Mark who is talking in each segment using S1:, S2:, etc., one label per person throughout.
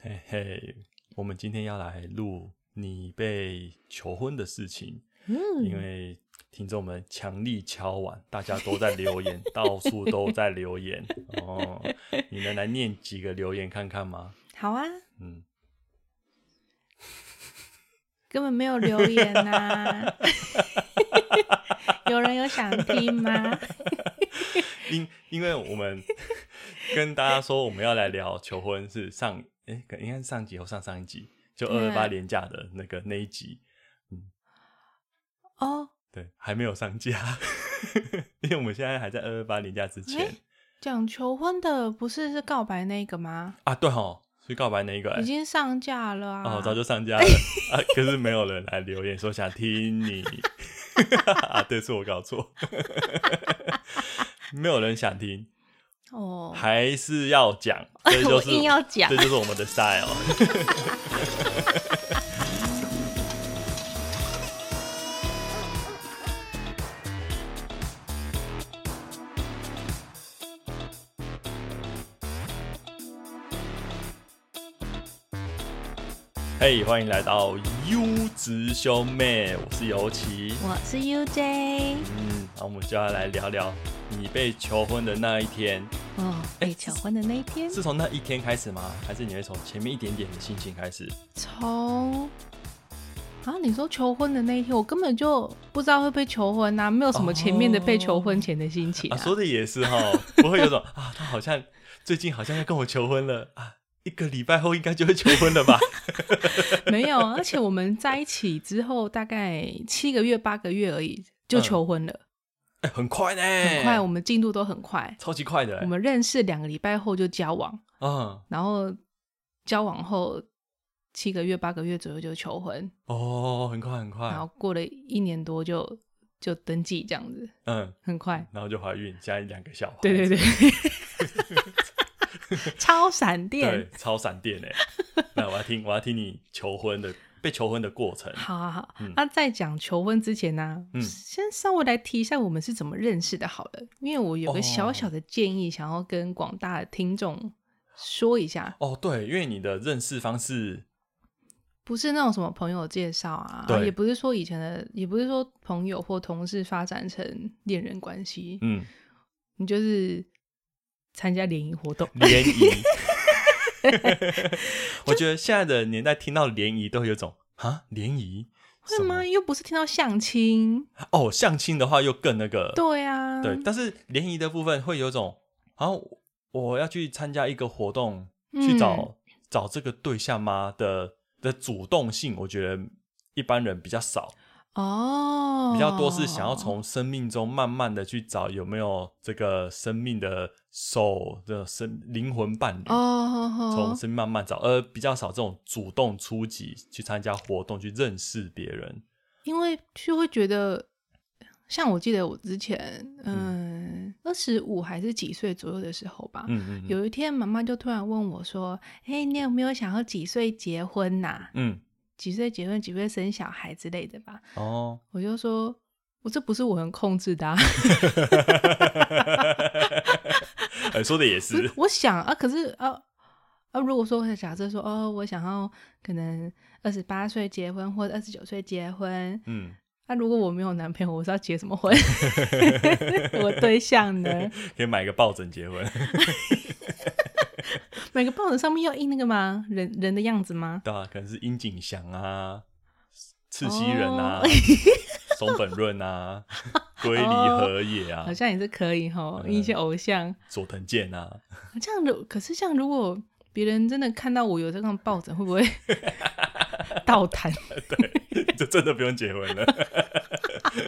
S1: 嘿嘿，我们今天要来录你被求婚的事情，因
S2: 嗯，
S1: 为听众们强力敲碗，大家都在留言，到处都在留言哦。你能来念几个留言看看吗？
S2: 好啊，
S1: 嗯，
S2: 根本没有留言呐、 有人有想听 吗？
S1: 因因为我 们跟大家说我们要来聊求婚是上哎，可应该是上集或上上一集，就
S2: 对啊
S1: 二二八年假的那个那一集，
S2: 哦，
S1: 对，还没有上架， 因为我们现在还在二二八年假之前
S2: 诶哎讲求婚的不是是告白那个吗？
S1: 啊。对哦，去告白那一个、诶
S2: 已经上架了啊！
S1: 哦，早就上 架了啊，可是没有人来留言说想听 你。啊，对，是我搞错， 没有人想听，
S2: 哦，
S1: 还是要讲，这就是
S2: 哎我硬要讲
S1: 这就是我们的 style。嘿欢迎来到优质兄妹，我是尤其。
S2: 我是 UJ。
S1: 嗯，那我们就要来聊聊你被求婚的那一天，
S2: 哦，被求婚的那一天，
S1: 哎是从那一天开始吗？还是你会从前面一点点的心情开始？
S2: 从啊，你说求婚的那一天，我根本就不知道会被求婚呐、没有什么前面的被
S1: 哦
S2: 求婚前的心情、
S1: 啊，
S2: 啊
S1: 说的也是哈， 不会有种啊，他好像最近好像要跟我求婚了啊，一个礼拜后应该就会求婚了吧？
S2: 没有，而且我们在一起之后大概七个月、八个月而已就求婚了，
S1: 哎、很快呢，
S2: 很快，我们进度都很快。
S1: 超级快的、
S2: 我
S1: 欸，
S2: 们认识两个礼拜后就交往，
S1: 嗯，
S2: 然后交往后七个月、八个月左右就求婚，
S1: 哦，很快很快
S2: 然，后过了一年多就就登记，这样子
S1: 嗯，
S2: 很快。
S1: 然后就怀孕，加两个小孩，
S2: 对对
S1: 对，
S2: 对， 超闪电！
S1: 超闪电哎、那我要听，我要听你求婚的被求婚的过程，
S2: 好好好，那、
S1: 嗯
S2: 在讲求婚之前呢、
S1: 嗯
S2: 先稍微来提一下我们是怎么认识的，好了，因为我有个小小的建议，想要跟广大的听众说一下，
S1: 哦，对，因为你的认识方式，
S2: 不是那种什么朋友介绍啊，
S1: 对
S2: 也不是说以前的，也不是说朋友或同事发展成恋人关系，
S1: 嗯，
S2: 你就是参加联谊活动，
S1: 联 谊。我觉得现在的年代听到联谊都有一种啊，联谊
S2: 会
S1: 什么
S2: 吗？又不是听到相亲，
S1: 哦，相亲的话又更那个，
S2: 对啊，
S1: 对但是联谊的部分会有一种，啊，我要去参加一个活动，去找、
S2: 嗯
S1: 找这个对象吗的的主动性，我觉得一般人比较少，
S2: 哦，
S1: 比较多是想要从生命中慢慢的去找有没有这个生命的手的生灵魂伴侣。
S2: 哦，
S1: 从身边慢慢找，而比较少这种主动出击去参加活动，去认识别人。
S2: 因为就会觉得，像我记得我之前，嗯，二十五还是几岁左右的时候吧，
S1: 嗯嗯嗯
S2: 有一天妈妈就突然问我说：“哎、你有没有想要几岁结婚呐、
S1: 嗯，
S2: 几岁结婚，几岁生小孩之类的吧
S1: 哦，？”
S2: 我就说：“我这不是我能控制 的、啊，，
S1: 呃，说的也是
S2: 我想啊，可是啊。”啊，如果说假设说哦，我想要可能二十八岁结婚或者二十九岁结婚，
S1: 嗯，
S2: 那、啊如果我没有男朋友，我是要结什么婚？ 我对象呢？
S1: 可以买个抱枕结婚。
S2: 每个报纸上面要印那个吗？人人的样子吗？
S1: 对啊，可能是殷景祥啊、赤西仁
S2: 哦
S1: 啊、 松本润 啊、龟梨和也啊
S2: 好、像也是可以哈，
S1: 嗯
S2: 印一些偶像。
S1: 佐藤健 啊，
S2: 这样如可是这样，如果别人真的看到我有这张抱枕，会不会 倒弹？
S1: 嗯就真的不用结婚了。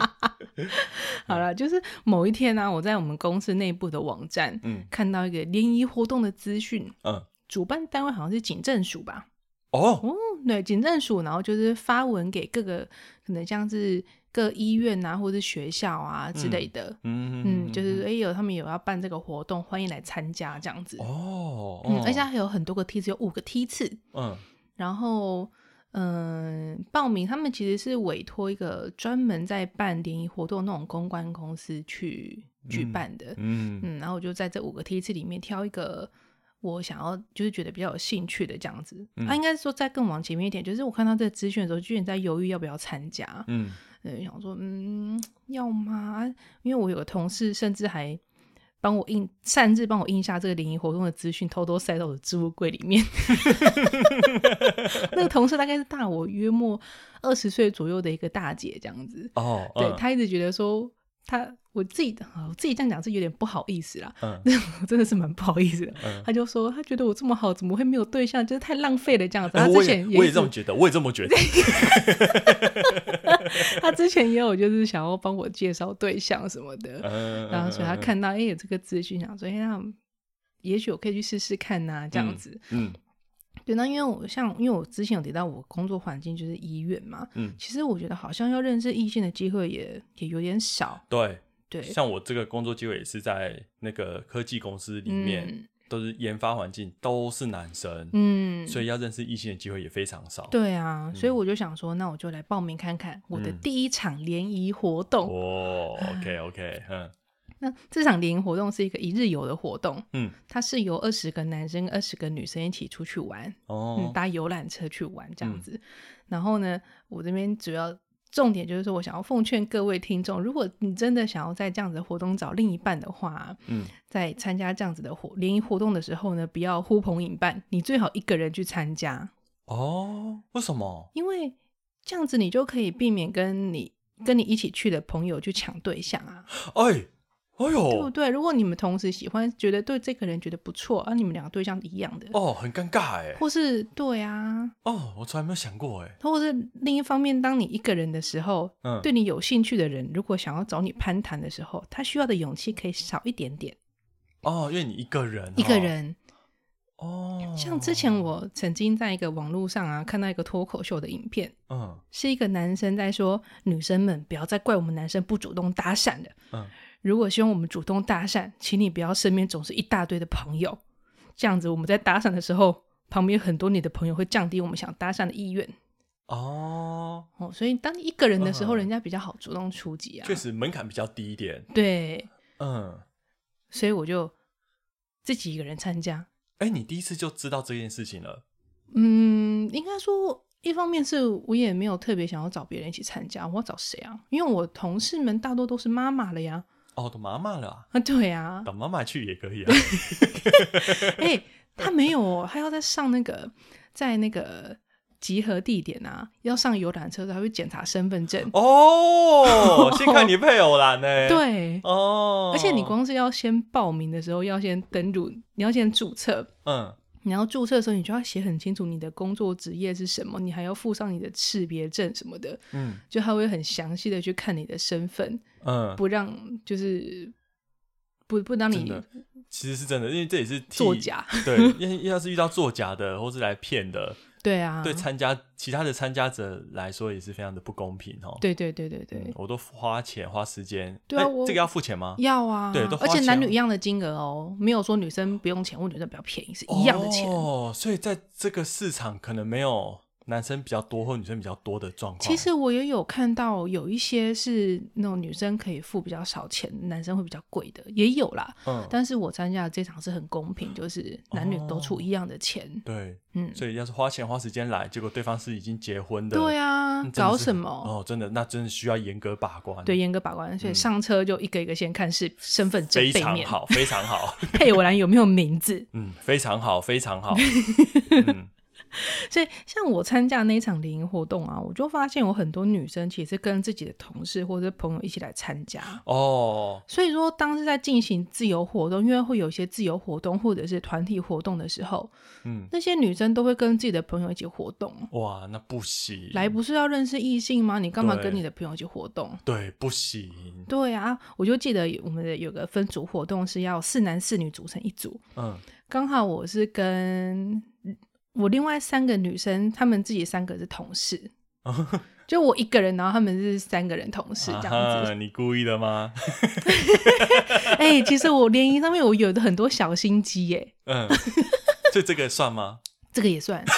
S2: 好了，就是某一天呢、啊我在我们公司内部的网站
S1: 嗯
S2: 看到一个联谊活动的资讯，
S1: 嗯，
S2: 主办单位好像是警政署吧？
S1: 哦，
S2: 哦，对，警政署，然后就是发文给各个可能像是各医院啊，或者是学校啊之类的。
S1: 嗯
S2: 嗯，就是哎、诶有他们有要办这个活动，欢迎来参加这样子。
S1: 哦，
S2: 嗯，
S1: 哦
S2: 而且它还有很多个梯次，有五个梯次。
S1: 嗯
S2: 然后，嗯、报名他们其实是委托一个专门在办联谊活动那种公关公司去举办的。嗯
S1: 嗯
S2: 然后我就在这五个梯次里面挑一个我想要就是觉得比较有兴趣的这样子。
S1: 嗯
S2: 他、应该说再更往前面一点，就是我看到这个资讯的时候，居然在犹豫要不要参加。
S1: 嗯
S2: 嗯，想说嗯，要吗？因为我有个同事甚至还帮我印，擅自帮我印下这个联谊活动的资讯，偷偷塞到我的置物柜里 面。那个同事大概是大我约莫二十岁左右的一个大姐这样子，
S1: 哦，
S2: 对
S1: 嗯
S2: 她一直觉得说她。我自己啊我自己这样讲是有点不好意思啦，
S1: 嗯
S2: 真的是蛮不好意思的。
S1: 嗯
S2: 她就说她觉得我这么好，怎么会没有对象？就是太浪费了这样子。她
S1: 我
S2: 之
S1: 也
S2: 前
S1: 我
S2: 一
S1: 也
S2: 直
S1: 这么觉得，我也这么觉 得。
S2: 他之前也有就是想要帮我介绍对象什么的，
S1: 嗯，
S2: 然后所以他
S1: 嗯，
S2: 看到哎、有这个资讯，想说哎、那也许我可以去试试看呐、这样子。
S1: 嗯
S2: 对，那因为我像因为我之前有提到我工作环境就是医院嘛，
S1: 嗯，
S2: 其实我觉得好像要认识异性的机会也也有点少，
S1: 对，
S2: 对，
S1: 像我这个工作机会也是在那个科技公司里面，都是研发环境都是男生，
S2: 嗯嗯，嗯
S1: 所以要认识异性的机会也非常少。，
S2: 对啊，所以我就想说，那我就来报名看看我的
S1: 嗯
S2: 第一场联谊活动。
S1: 哦，OK OK，嗯
S2: 那这场联谊活动是一个一日游的活动，
S1: 嗯，
S2: 它是由二十个男生、二十个女生一起出去玩，嗯，
S1: 哦，
S2: 搭游览车去玩这样
S1: 嗯
S2: 子。然后呢，我这边主要重点就是说，我想要奉劝各位听众，如果你真的想要在这样子的活动找另一半的话，
S1: 嗯，
S2: 在参加这样子的活联谊活动的时候呢，不要呼朋引伴，你最好一个人去参加，
S1: 哦，为什么？
S2: 因为这样子你就可以避免跟你跟你一起去的朋友去抢对象啊，
S1: 哎，哎
S2: 对不
S1: 呦，
S2: 对？如果你们同时喜欢，觉得对这个人觉得不错，啊，你们两个对象一样的，
S1: 哦，很尴尬哎，
S2: 或是对啊，
S1: 哦，我从来没有想过哎，
S2: 或是另一方面，当你一个人的时候，
S1: 嗯
S2: 对你有兴趣的人，如果想要找你攀谈的时候，他需要的勇气可以少一点点。
S1: 哦，因为你一个人，
S2: 一个，人，
S1: 哦，
S2: 像之前，我曾经在一个网络上啊看到一个脱口秀的影片，
S1: 嗯
S2: 是一个男生在说女生们不要再怪我们男生不主动搭讪了。
S1: 嗯，
S2: 如果希望我们主动搭讪，请你不要身边总是一大堆的朋友，这样子我们在搭讪的时候，旁边有很多你的朋友会降低我们想搭讪的意愿。
S1: 哦，
S2: 哦，所以当你一个人的时候，
S1: 嗯
S2: 人家比较好主动出击啊。
S1: 确实门槛比较低一点，
S2: 对，
S1: 嗯。
S2: 所以我就自己一个人参加。
S1: 哎，你第一次就知道这件事情了，
S2: 嗯，应该说，一方面是我也没有特别想要找别人一起参加，我要找谁啊？因为我同事们大多都是妈妈了呀。
S1: 哦，都妈妈了啊，
S2: 啊，对啊，
S1: 等妈妈去也可以啊。
S2: 哎、他没有哦，他要在上那个在那个集合地点啊，要上游览车，他会检查身份证。
S1: 哦，先看你配偶栏呢。，
S2: 对，
S1: 哦，
S2: 而且你光是要先报名的时候，要先登录，你要先注册，
S1: 嗯
S2: 你要注册的时候，你就要写很清楚你的工作职业是什么，你还要附上你的识别证什么的，
S1: 嗯
S2: 就他会很详细的去看你的身份，
S1: 嗯，
S2: 不让就是不不让
S1: 真
S2: 你
S1: 的，其实是真的，因为这也是替
S2: 作。假。
S1: 对，因为要是遇到作假的，或是来骗的，
S2: 对啊，
S1: 对参加其他的参加者来说也是非常的不公平哦。
S2: 对对对对对
S1: 嗯，我都花钱花时间，
S2: 对啊
S1: 哎
S2: 我
S1: 这个要付钱吗？
S2: 要啊，
S1: 对都花
S2: 而且
S1: 钱
S2: 男
S1: 了
S2: 女一样的金额哦，没有说女生不用钱或女生比较便宜，是一样的钱。
S1: 哦，所以在这个市场可能没有男生比较多或女生比较多的状况。
S2: 其实我也有看到有一些是那种女生可以付比较少钱，男生会比较贵的，也有啦。
S1: 嗯，
S2: 但是我参加的这场是很公平，就是男女都出一样的钱。
S1: 对，
S2: 嗯，
S1: 所以哦要是啊花钱花时间来，结果对方是已经结婚的，
S2: 对啊
S1: 那，真的是很，
S2: 搞什么？
S1: 哦，真的，那真的需要严格把关。
S2: 对，，严格把关，所以上车就一个一个先看是身份证
S1: 嗯非
S2: 背
S1: 常
S2: 面，
S1: 好，非常好，
S2: 配偶栏有没有名字。
S1: 嗯，非常好，非常 好。嗯
S2: 所以像我参加那一场联谊活动啊，我就发现有很多女生其实跟自己的同事或者朋友一起来参加。
S1: 哦，
S2: 所以说，当时在进行自由活动，因为会有一些自由活动或者是团体活动的时候，
S1: 嗯，
S2: 那些女生都会跟自己的朋友一起活动。
S1: 哇，那不行，
S2: 来不是要认识异性吗？你干嘛跟
S1: 对
S2: 你的朋友一起活动？
S1: 对，不行，
S2: 对啊，我就记得我们的有个分组活动是要四男四女组成一组，
S1: 嗯
S2: 刚好我是跟我另外三个女生，她们自己三个是同事，
S1: 哦
S2: 就我一个人，然后她们是三个人同事这样
S1: 啊哈
S2: 子。
S1: 你故意的吗？
S2: 哎、其实我联谊上面我有很多小心机耶、
S1: 嗯，所以这个算吗？
S2: 这个也算。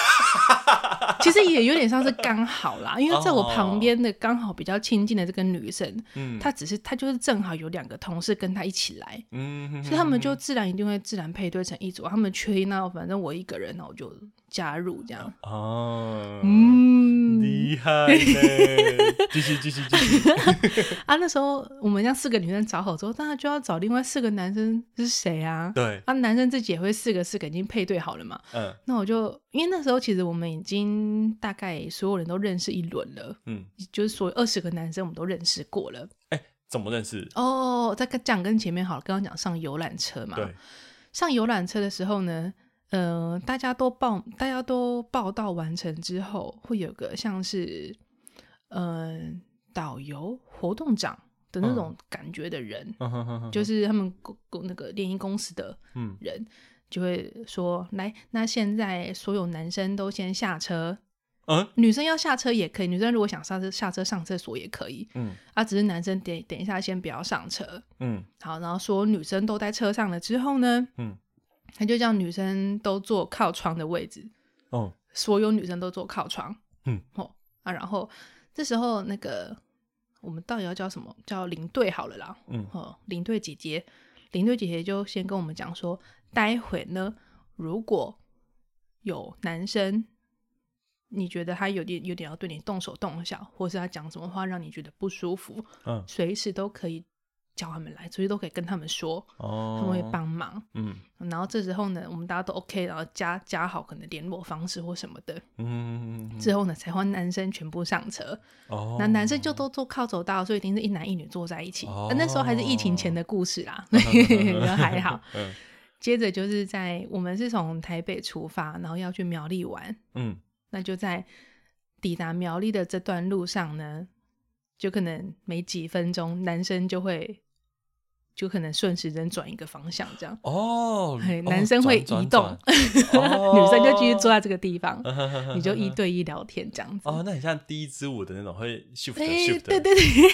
S2: 其实也有点像是刚好 啦，因为在我旁边的刚好比较亲近的这个女生，
S1: 嗯
S2: 她只是她就是正好有两个同事跟她一起来，
S1: 嗯，
S2: 所以他们就自然一定会自然配对成一组。他们缺一，那反正我一个人，那我就加入这样。
S1: 哦，
S2: 嗯，
S1: 厉害 嘞！继续继续继续，
S2: 啊，那时候我们让四个女生找好之后，当然就要找另外四个男生是谁啊？
S1: 对，
S2: 啊，男生自己也会四个四个已经配对好了嘛。
S1: 嗯
S2: 那我就因为那时候其实我们已经大概所有人都认识一轮了，
S1: 嗯，哎
S2: 就是所有二十个男生我们都认识过了。
S1: 怎么认 识？
S2: 哦，再跟讲跟前面好了，刚刚讲上游览车嘛。
S1: 对，
S2: 上游览车的时候呢，呃，大家都报，大家都报到完成之后，会有个像是，嗯、导游、活动长的那种感觉的人，
S1: 嗯哼哼哼
S2: 就是他们公公那个联谊公司的
S1: 嗯
S2: 人，就会说，来，那现在所有男生都先下车，
S1: 嗯
S2: 女生要下车也可以，女生如果想下车下车上厕所也可以，
S1: 嗯
S2: 啊，只是男生等等一下先不要上车，
S1: 嗯
S2: 好，然后说女生都在车上了之后呢，
S1: 嗯，
S2: 他就叫女生都坐靠窗的位置，
S1: 哦，
S2: 所有女生都坐靠窗，
S1: 嗯，
S2: 哦啊，然后这时候那个我们到底要叫什么？叫领队好了啦，
S1: 嗯
S2: 哦，领队姐姐，领队姐姐就先跟我们讲说，待会呢，如果有男生。你觉得他有点有点要对你动手动脚，或是他讲什么话让你觉得不舒服，
S1: 嗯
S2: 随时都可以叫他们来，随时都可以跟他们说，他
S1: 哦，
S2: 们会，帮忙。
S1: 嗯
S2: 然后这时候呢，我们大家都 OK，然后加加好可能联络方式或什么的，
S1: 嗯嗯，
S2: 之后呢才换男生全部上车。
S1: 哦，
S2: 那、男 生就都坐靠走道，所以一定是一男一女坐在一起。
S1: 哦
S2: 呃那时候还是疫情前的故 事啦，所以就还好。
S1: 嗯
S2: 接着就是在我们是从台北出发，然后要去苗栗玩，
S1: 嗯
S2: 那就在抵达苗栗的这段路上呢，就可能没几分钟，男生就会就可能顺时针转一个方向这样。
S1: 哦
S2: 嘿，
S1: 哦
S2: 男生会移
S1: 转
S2: 动，
S1: 转哦
S2: 女生就继续坐在这个地 方，
S1: 转 嗯
S2: 你就一对一聊天这样子。
S1: 哦，那很像第一支舞的那种，会 shift
S2: 哎、
S1: shift，
S2: 对对
S1: 的
S2: 对，
S1: 哦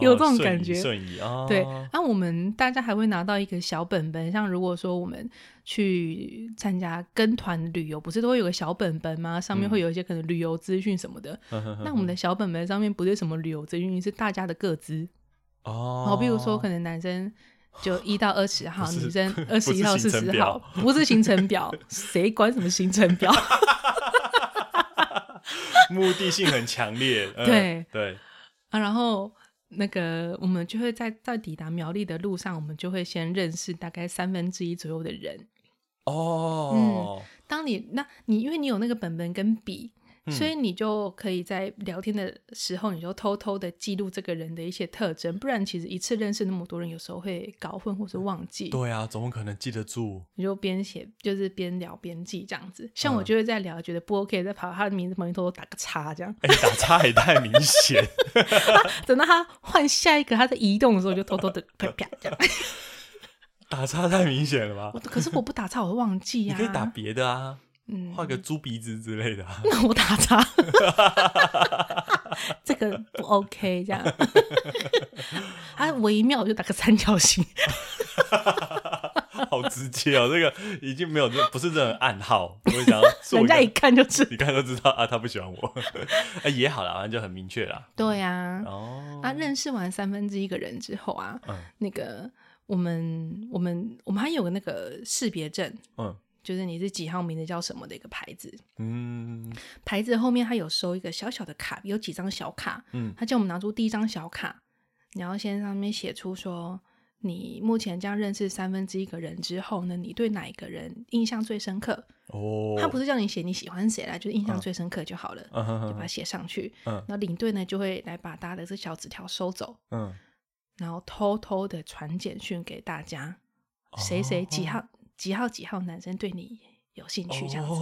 S2: 有这种
S1: 瞬
S2: 感
S1: 移
S2: 觉。
S1: 瞬移啊，哦
S2: 对，那、我们大家还会拿到一个小本本，像如果说我们去参加跟团旅游，不是都会有个小本本吗？上面
S1: 嗯
S2: 会有一些可能旅游资讯什么的。那我们的小本本上面不是什么旅游资讯，是大家的各资。
S1: 哦，
S2: 然后比如说，可能男生就一到二十 号，
S1: 不是
S2: 女生
S1: 不
S2: 二十
S1: 是
S2: 一号、四
S1: 行程
S2: 十号
S1: 表，
S2: 不是行程表，谁管什么行程表？
S1: 目的性很强 烈，嗯
S2: 对
S1: 对，
S2: 啊，然后那个我们就会在在抵达苗栗的路上，我们就会先认识大概三分之一左右的人。
S1: 哦，
S2: 当你那你因为你有那个本本跟笔，
S1: 嗯
S2: 所以你就可以在聊天的时候，你就偷偷的记录这个人的一些特征，不然其实一次认识那么多人，有时候会搞混或是忘记。
S1: 对啊，怎么可能记得住？
S2: 你就边写就是边聊边记这样子。像我
S1: 嗯
S2: 就会在聊，觉得不 OK，再跑到他的名字旁边偷偷打个叉，这样
S1: 哎，打叉也太明显，
S2: 等到他换下一个他在移动的时候，我就偷偷的啪啪这样。
S1: 打叉太明显了吧
S2: 我？可是我不打叉，我会忘记
S1: 你
S2: 呀、
S1: 可以打别的啊，
S2: 嗯，
S1: 画个猪鼻子之类的啊。
S2: 那我打叉， 这个不 OK 这样。 啊，微妙我就打个三角形，
S1: 好直接哦，这个已经没有，这不是这种暗号。我想要做
S2: 人
S1: 一个
S2: 家一看就知。
S1: 你看都知道啊，他不喜欢我。 哎，也好啦，反正就很明确啦。
S2: 对呀、啊，
S1: 哦，
S2: 啊，认识完三分之一个人之后啊，
S1: 嗯
S2: 那个我们我们我们还有个那个识别证，
S1: 嗯
S2: 就是你是几号名字叫什么的一个牌子，
S1: 嗯
S2: 牌子后面它有收一个小小的卡，有几张小卡，
S1: 嗯
S2: 它叫我们拿出第一张小卡，你要先上面写出说你目前这样认识三分之一个人之后呢，你对哪一个人印象最深刻？
S1: 哦，
S2: 它不
S1: 是，
S2: 是叫你写你喜欢谁啦，就是印象
S1: 嗯
S2: 最深刻就好了，
S1: 嗯
S2: 就把它
S1: 哼
S2: 写上去。
S1: 嗯
S2: 然后领队呢就会来把大家的这小纸条收走，
S1: 嗯，
S2: 然后偷偷的传简讯给大家，
S1: 哦
S2: 谁谁几号、几号几号男生对你有兴趣这样子，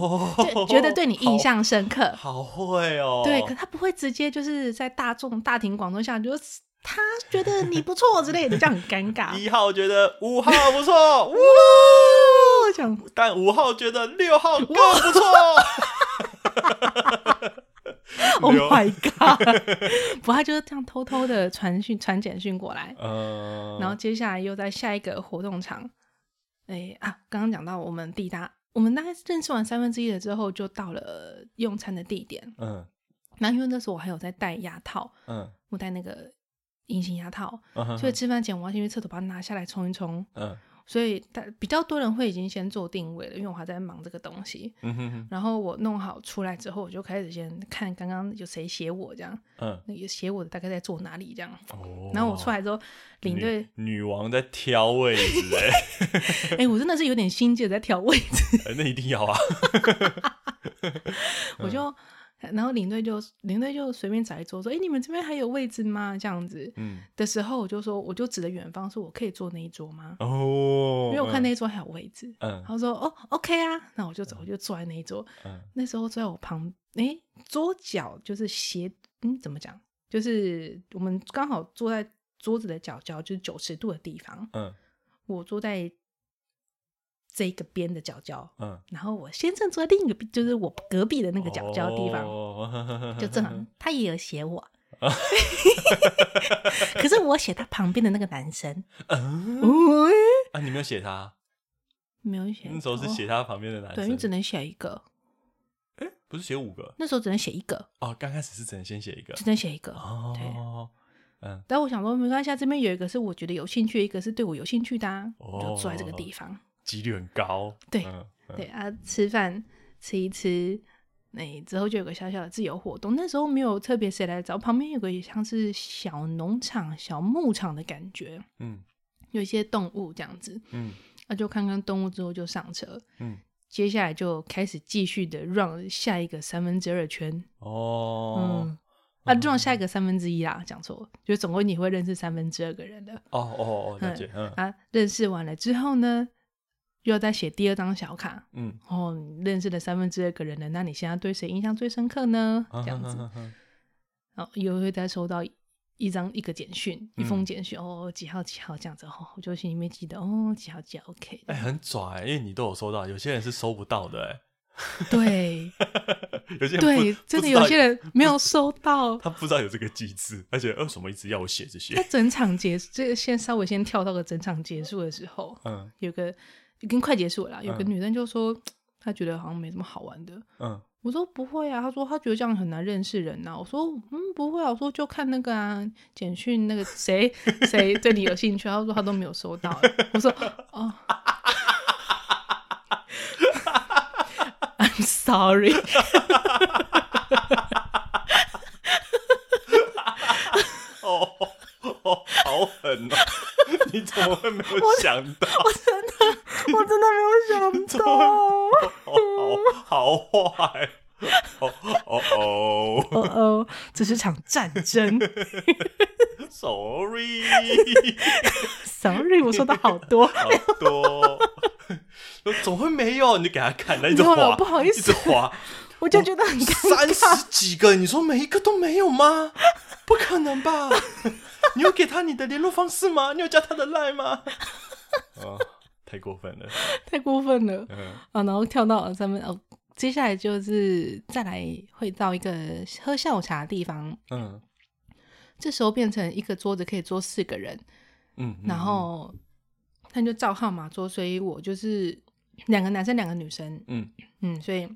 S2: 对，
S1: 哦
S2: 觉得对你印象深刻。
S1: 好好会哦。
S2: 对，可他不会直接就是在大众大庭广众下就是他觉得你不错之类的，这样很尴 尬。哦
S1: 一号觉得五号不
S2: 啊
S1: 错，呜，
S2: 我 讲
S1: 但五号觉得六号更不错。
S2: ，Oh
S1: 流
S2: my god！不， 他就是这样偷偷的传讯传简讯过来，
S1: 嗯，
S2: 然后接下来又在下一个活动场，哎啊，刚刚讲到我们抵达我们大概认识完三分之一了之后，就到了用餐的地点。
S1: 嗯
S2: 那因为那时候我还有在戴牙套，
S1: 嗯
S2: 我戴那个隐形牙套，
S1: 嗯哼
S2: 所以
S1: 哼，
S2: 吃饭前我要先去厕所把它拿下来冲一冲。
S1: 嗯
S2: 所以大比较多人会已经先做定位了，因为我还在忙这个东西。
S1: 嗯哼哼，
S2: 然后我弄好出来之后，我就开始先看刚刚有谁写我这样，
S1: 嗯
S2: 那个写我的大概在做哪里这样。
S1: 哦。
S2: 然后我出来之后，领队，
S1: 女女王在挑位置哎、
S2: 哎、我真的是有点心机的在调位置，
S1: 欸，那一定要啊。嗯
S2: 我就，然后领队就领队就随便找一桌说，哎、你们这边还有位置吗？这样子
S1: 嗯
S2: 的时候，我就说，我就指着远方说，我可以坐那一桌吗？
S1: 哦，
S2: 因为我看那一桌还有位置。
S1: 嗯
S2: 他说：“哦，OK 啊，那我就走，我就坐在那一桌。
S1: 嗯
S2: 那时候坐在我旁，哎、桌角就是斜，嗯，怎么讲？就是我们刚好坐在桌子的角角，就是九十度的地方。
S1: 嗯
S2: 我坐在这个边的角角，
S1: 嗯，
S2: 然后我先生坐在另一个边，就是我隔壁的那个角角的地方，
S1: 哦方
S2: 就正好他也有写我，可是我写他旁边的那个男生，
S1: 嗯
S2: 哦、
S1: 啊，你没有写他，
S2: 没有写，
S1: 那时候是写他旁边的男
S2: 对，你
S1: 生，
S2: 只能写一个，
S1: 不是写五个
S2: 那时候只能写一个，
S1: 哦。刚开始是只能先写一个
S2: 只能写一个，对。
S1: 哦，
S2: 但我想说，没关系啊，这边有一个是我觉得有兴趣的，一个是对我有兴趣的、啊，
S1: 哦
S2: 我就坐在这个地方。
S1: 几率很高。
S2: 对
S1: 嗯嗯
S2: 对啊，吃饭吃一吃，那、之后就有个小小的自由活动。那时候没有特别谁来找，旁边有个像是小农场、小牧场的感觉，
S1: 嗯
S2: 有一些动物这样子。
S1: 嗯
S2: 那、就看看动物之后就上车，
S1: 嗯，
S2: 接下来就开始继续的让下一个三分之二圈。
S1: 哦
S2: 嗯，啊，让下一个三分之一啦，讲错，就总共你会认识三分之二个人的。
S1: 哦哦哦，了解，嗯
S2: 啊，认识完了之后呢，又要再写第二张小卡。
S1: 嗯，
S2: 哦，你认识了三分之二个人了，那你现在对谁印象最深刻呢？
S1: 嗯
S2: 这样子，
S1: 子，
S2: 然后又会再收到一张一个简讯，一
S1: 嗯
S2: 封简讯，哦，几号几号这样子，哦，我就心里面记得，哦，几号几号，OK，
S1: 哎，很拽，因为你都有收到，有些人是收不到的，
S2: 对
S1: 哎， 有些人不
S2: 对，真的有些。
S1: 不知道
S2: 人没有收到，
S1: 他不知道有这个机制，而且呃，什么一直要我写这
S2: 在
S1: 些？
S2: 整场结束，这先稍微先跳到个整场结束的时候，
S1: 嗯
S2: 有个已经快结束了啦，有个
S1: 嗯
S2: 女生就说，她觉得好像没什么好玩的，
S1: 嗯
S2: 我说不会啊，他说他觉得这样很难认识人呐、我说嗯不会啊，我说就看那个啊简讯那个谁 谁对你有兴趣，他说他都没有收到。我说哦，I'm sorry。
S1: 哦哦，好狠哦！ 你怎么会没有想到？
S2: 我真的没有 想到，嗯
S1: 哦，好坏！哦哦哦
S2: 哦哦，这是场战争。
S1: ，sorry，
S2: Sorry，我说的好多，
S1: 好多， 怎么会没有？你就给他看，那一直
S2: 没有
S1: 滑，
S2: 不好意思
S1: 一直滑，
S2: 我就觉得很尴
S1: 三
S2: 尬。
S1: 十几个，你说每一个都没有吗？不可能 吧？你有给他你的联络方式吗？你有加他的 line 吗？啊，太过分了，
S2: 太过分了。
S1: 嗯
S2: 啊，然后跳到了三分哦，接下来就是再来会到一个喝下午茶的地方，
S1: 嗯
S2: 这时候变成一个桌子可以坐四个人，
S1: 嗯，
S2: 然后他就照号码桌，所以我就是两个男生两个女生，
S1: 嗯
S2: 嗯，所以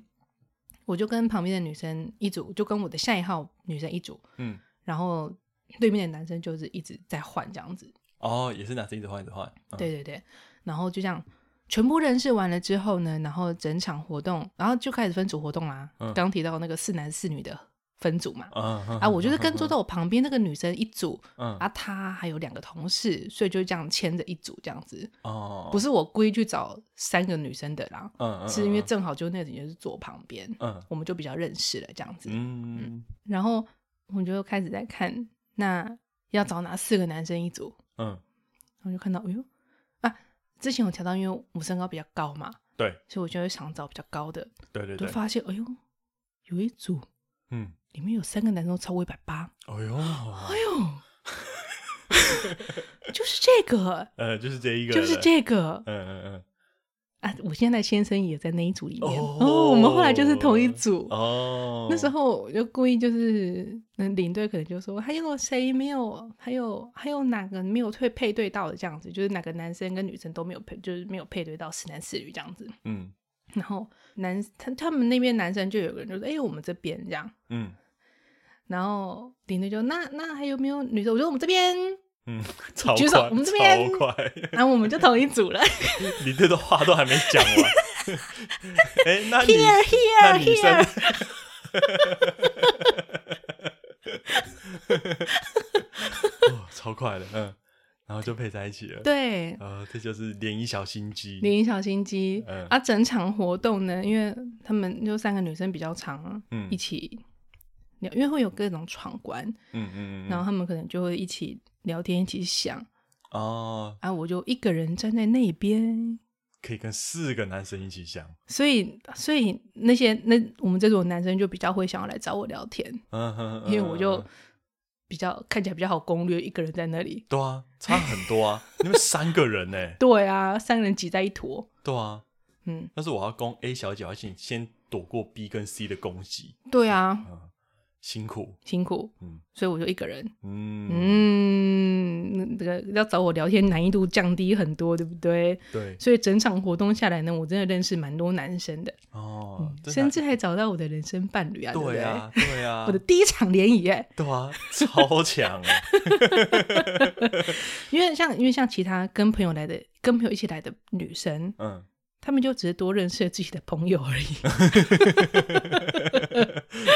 S2: 我就跟旁边的女生一组，就跟我的下一号女生一组，
S1: 嗯，
S2: 然后对面的男生就是一直在换这样子，
S1: 哦，也是男生一直换一直换，嗯，
S2: 对对对，然后就这样全部认识完了之后呢，然后整场活动，然后就开始分组活动啦。
S1: 嗯
S2: 刚提到那个四男四女的分组嘛，
S1: 啊
S2: 啊，我就是跟坐在我旁边那个女生一组，
S1: 嗯
S2: 啊，她还有两个同事，所以就这样牵着一组这样子，
S1: 哦，
S2: 不是我故意去找三个女生的啦，
S1: 嗯，嗯，
S2: 是因为正好就那个女生是坐我旁边，
S1: 嗯
S2: 我们就比较认识了这样子，
S1: 嗯
S2: 然后我就开始在看那要找哪四个男生一组，
S1: 嗯，
S2: 然后就看到，哎呦啊！之前有调到，因为我身高比较高嘛，
S1: 对
S2: 所以我就会想找比较高的，
S1: 对对
S2: 就
S1: 对，
S2: 发现，哎呦，有一组
S1: 嗯，
S2: 里面有三个男生都超过一百 八，
S1: 哎呦，
S2: 哎呦，就是这 个，
S1: 呃，就是这一个，
S2: 就是，这个
S1: 嗯嗯
S2: 啊！我现在先生也在那一组里面，
S1: 哦
S2: 哦我们后来就是同一组
S1: 嗯，。哦，
S2: 那时，候我就故意就是，那领队可能就说还有谁没有，还有还有哪个没有退配对到的这样子，就是哪个男生跟女生都没有配，就是没有配对到，四男四女这样子。
S1: 嗯
S2: 然后男他他们那边男生就有个人就说：“哎、我们这边这样。
S1: 嗯”
S2: 然后领队就那那还有没有女生？我说我们这边，
S1: 嗯，超
S2: 举
S1: 快，
S2: 手我们这边
S1: 超快，
S2: 然后我们就同一组了。
S1: 你这的话都还没讲完。 哎、 那你
S2: here
S1: 那
S2: here
S1: 女生
S2: here，
S1: 哦，超快的，嗯，然后就配在一起了。
S2: 对，
S1: 呃，这就是联谊小心机。
S2: 联谊小心机、
S1: 嗯
S2: 啊！整场活动呢，因为他们就三个女生比较长啊，
S1: 嗯
S2: 一起聊，因为会有各种闯关，
S1: 嗯嗯嗯
S2: 然
S1: 嗯。
S2: 后他们可能就会一起聊天，一起想
S1: 哦，
S2: 啊，我就一个人站在那边，
S1: 可以跟四个男生一起想。
S2: 所以所以那些那我们这种男生就比较会想要来找我聊天，
S1: 嗯哼，嗯
S2: 因为我就
S1: 嗯嗯
S2: 比较看起来比较好攻略，一个人在那里。
S1: 对啊，差很多啊，你们三个人呢、
S2: 对啊，三个人挤在一坨，
S1: 对啊，
S2: 嗯，
S1: 要是我要攻 A 小姐，我要先先躲过 B 跟 C 的攻击，
S2: 对啊，
S1: 嗯，辛苦，
S2: 辛苦，
S1: 嗯
S2: 所以我就一个人，
S1: 嗯，
S2: 嗯，那个要找我聊天难易度降低很多，对不对？
S1: 对，
S2: 所以整场活动下来呢，我真的认识蛮多男生的，
S1: 哦，真的
S2: 甚至还找到我的人生伴侣啊，对不
S1: 对
S2: 对？
S1: 啊，对啊
S2: 我，的第一场联谊，哎，
S1: 对啊，超强 啊，
S2: 因为像因为像其他跟朋友来的，跟朋友一起来的女生，
S1: 嗯，
S2: 她们就只是多认识了自己的朋友而已，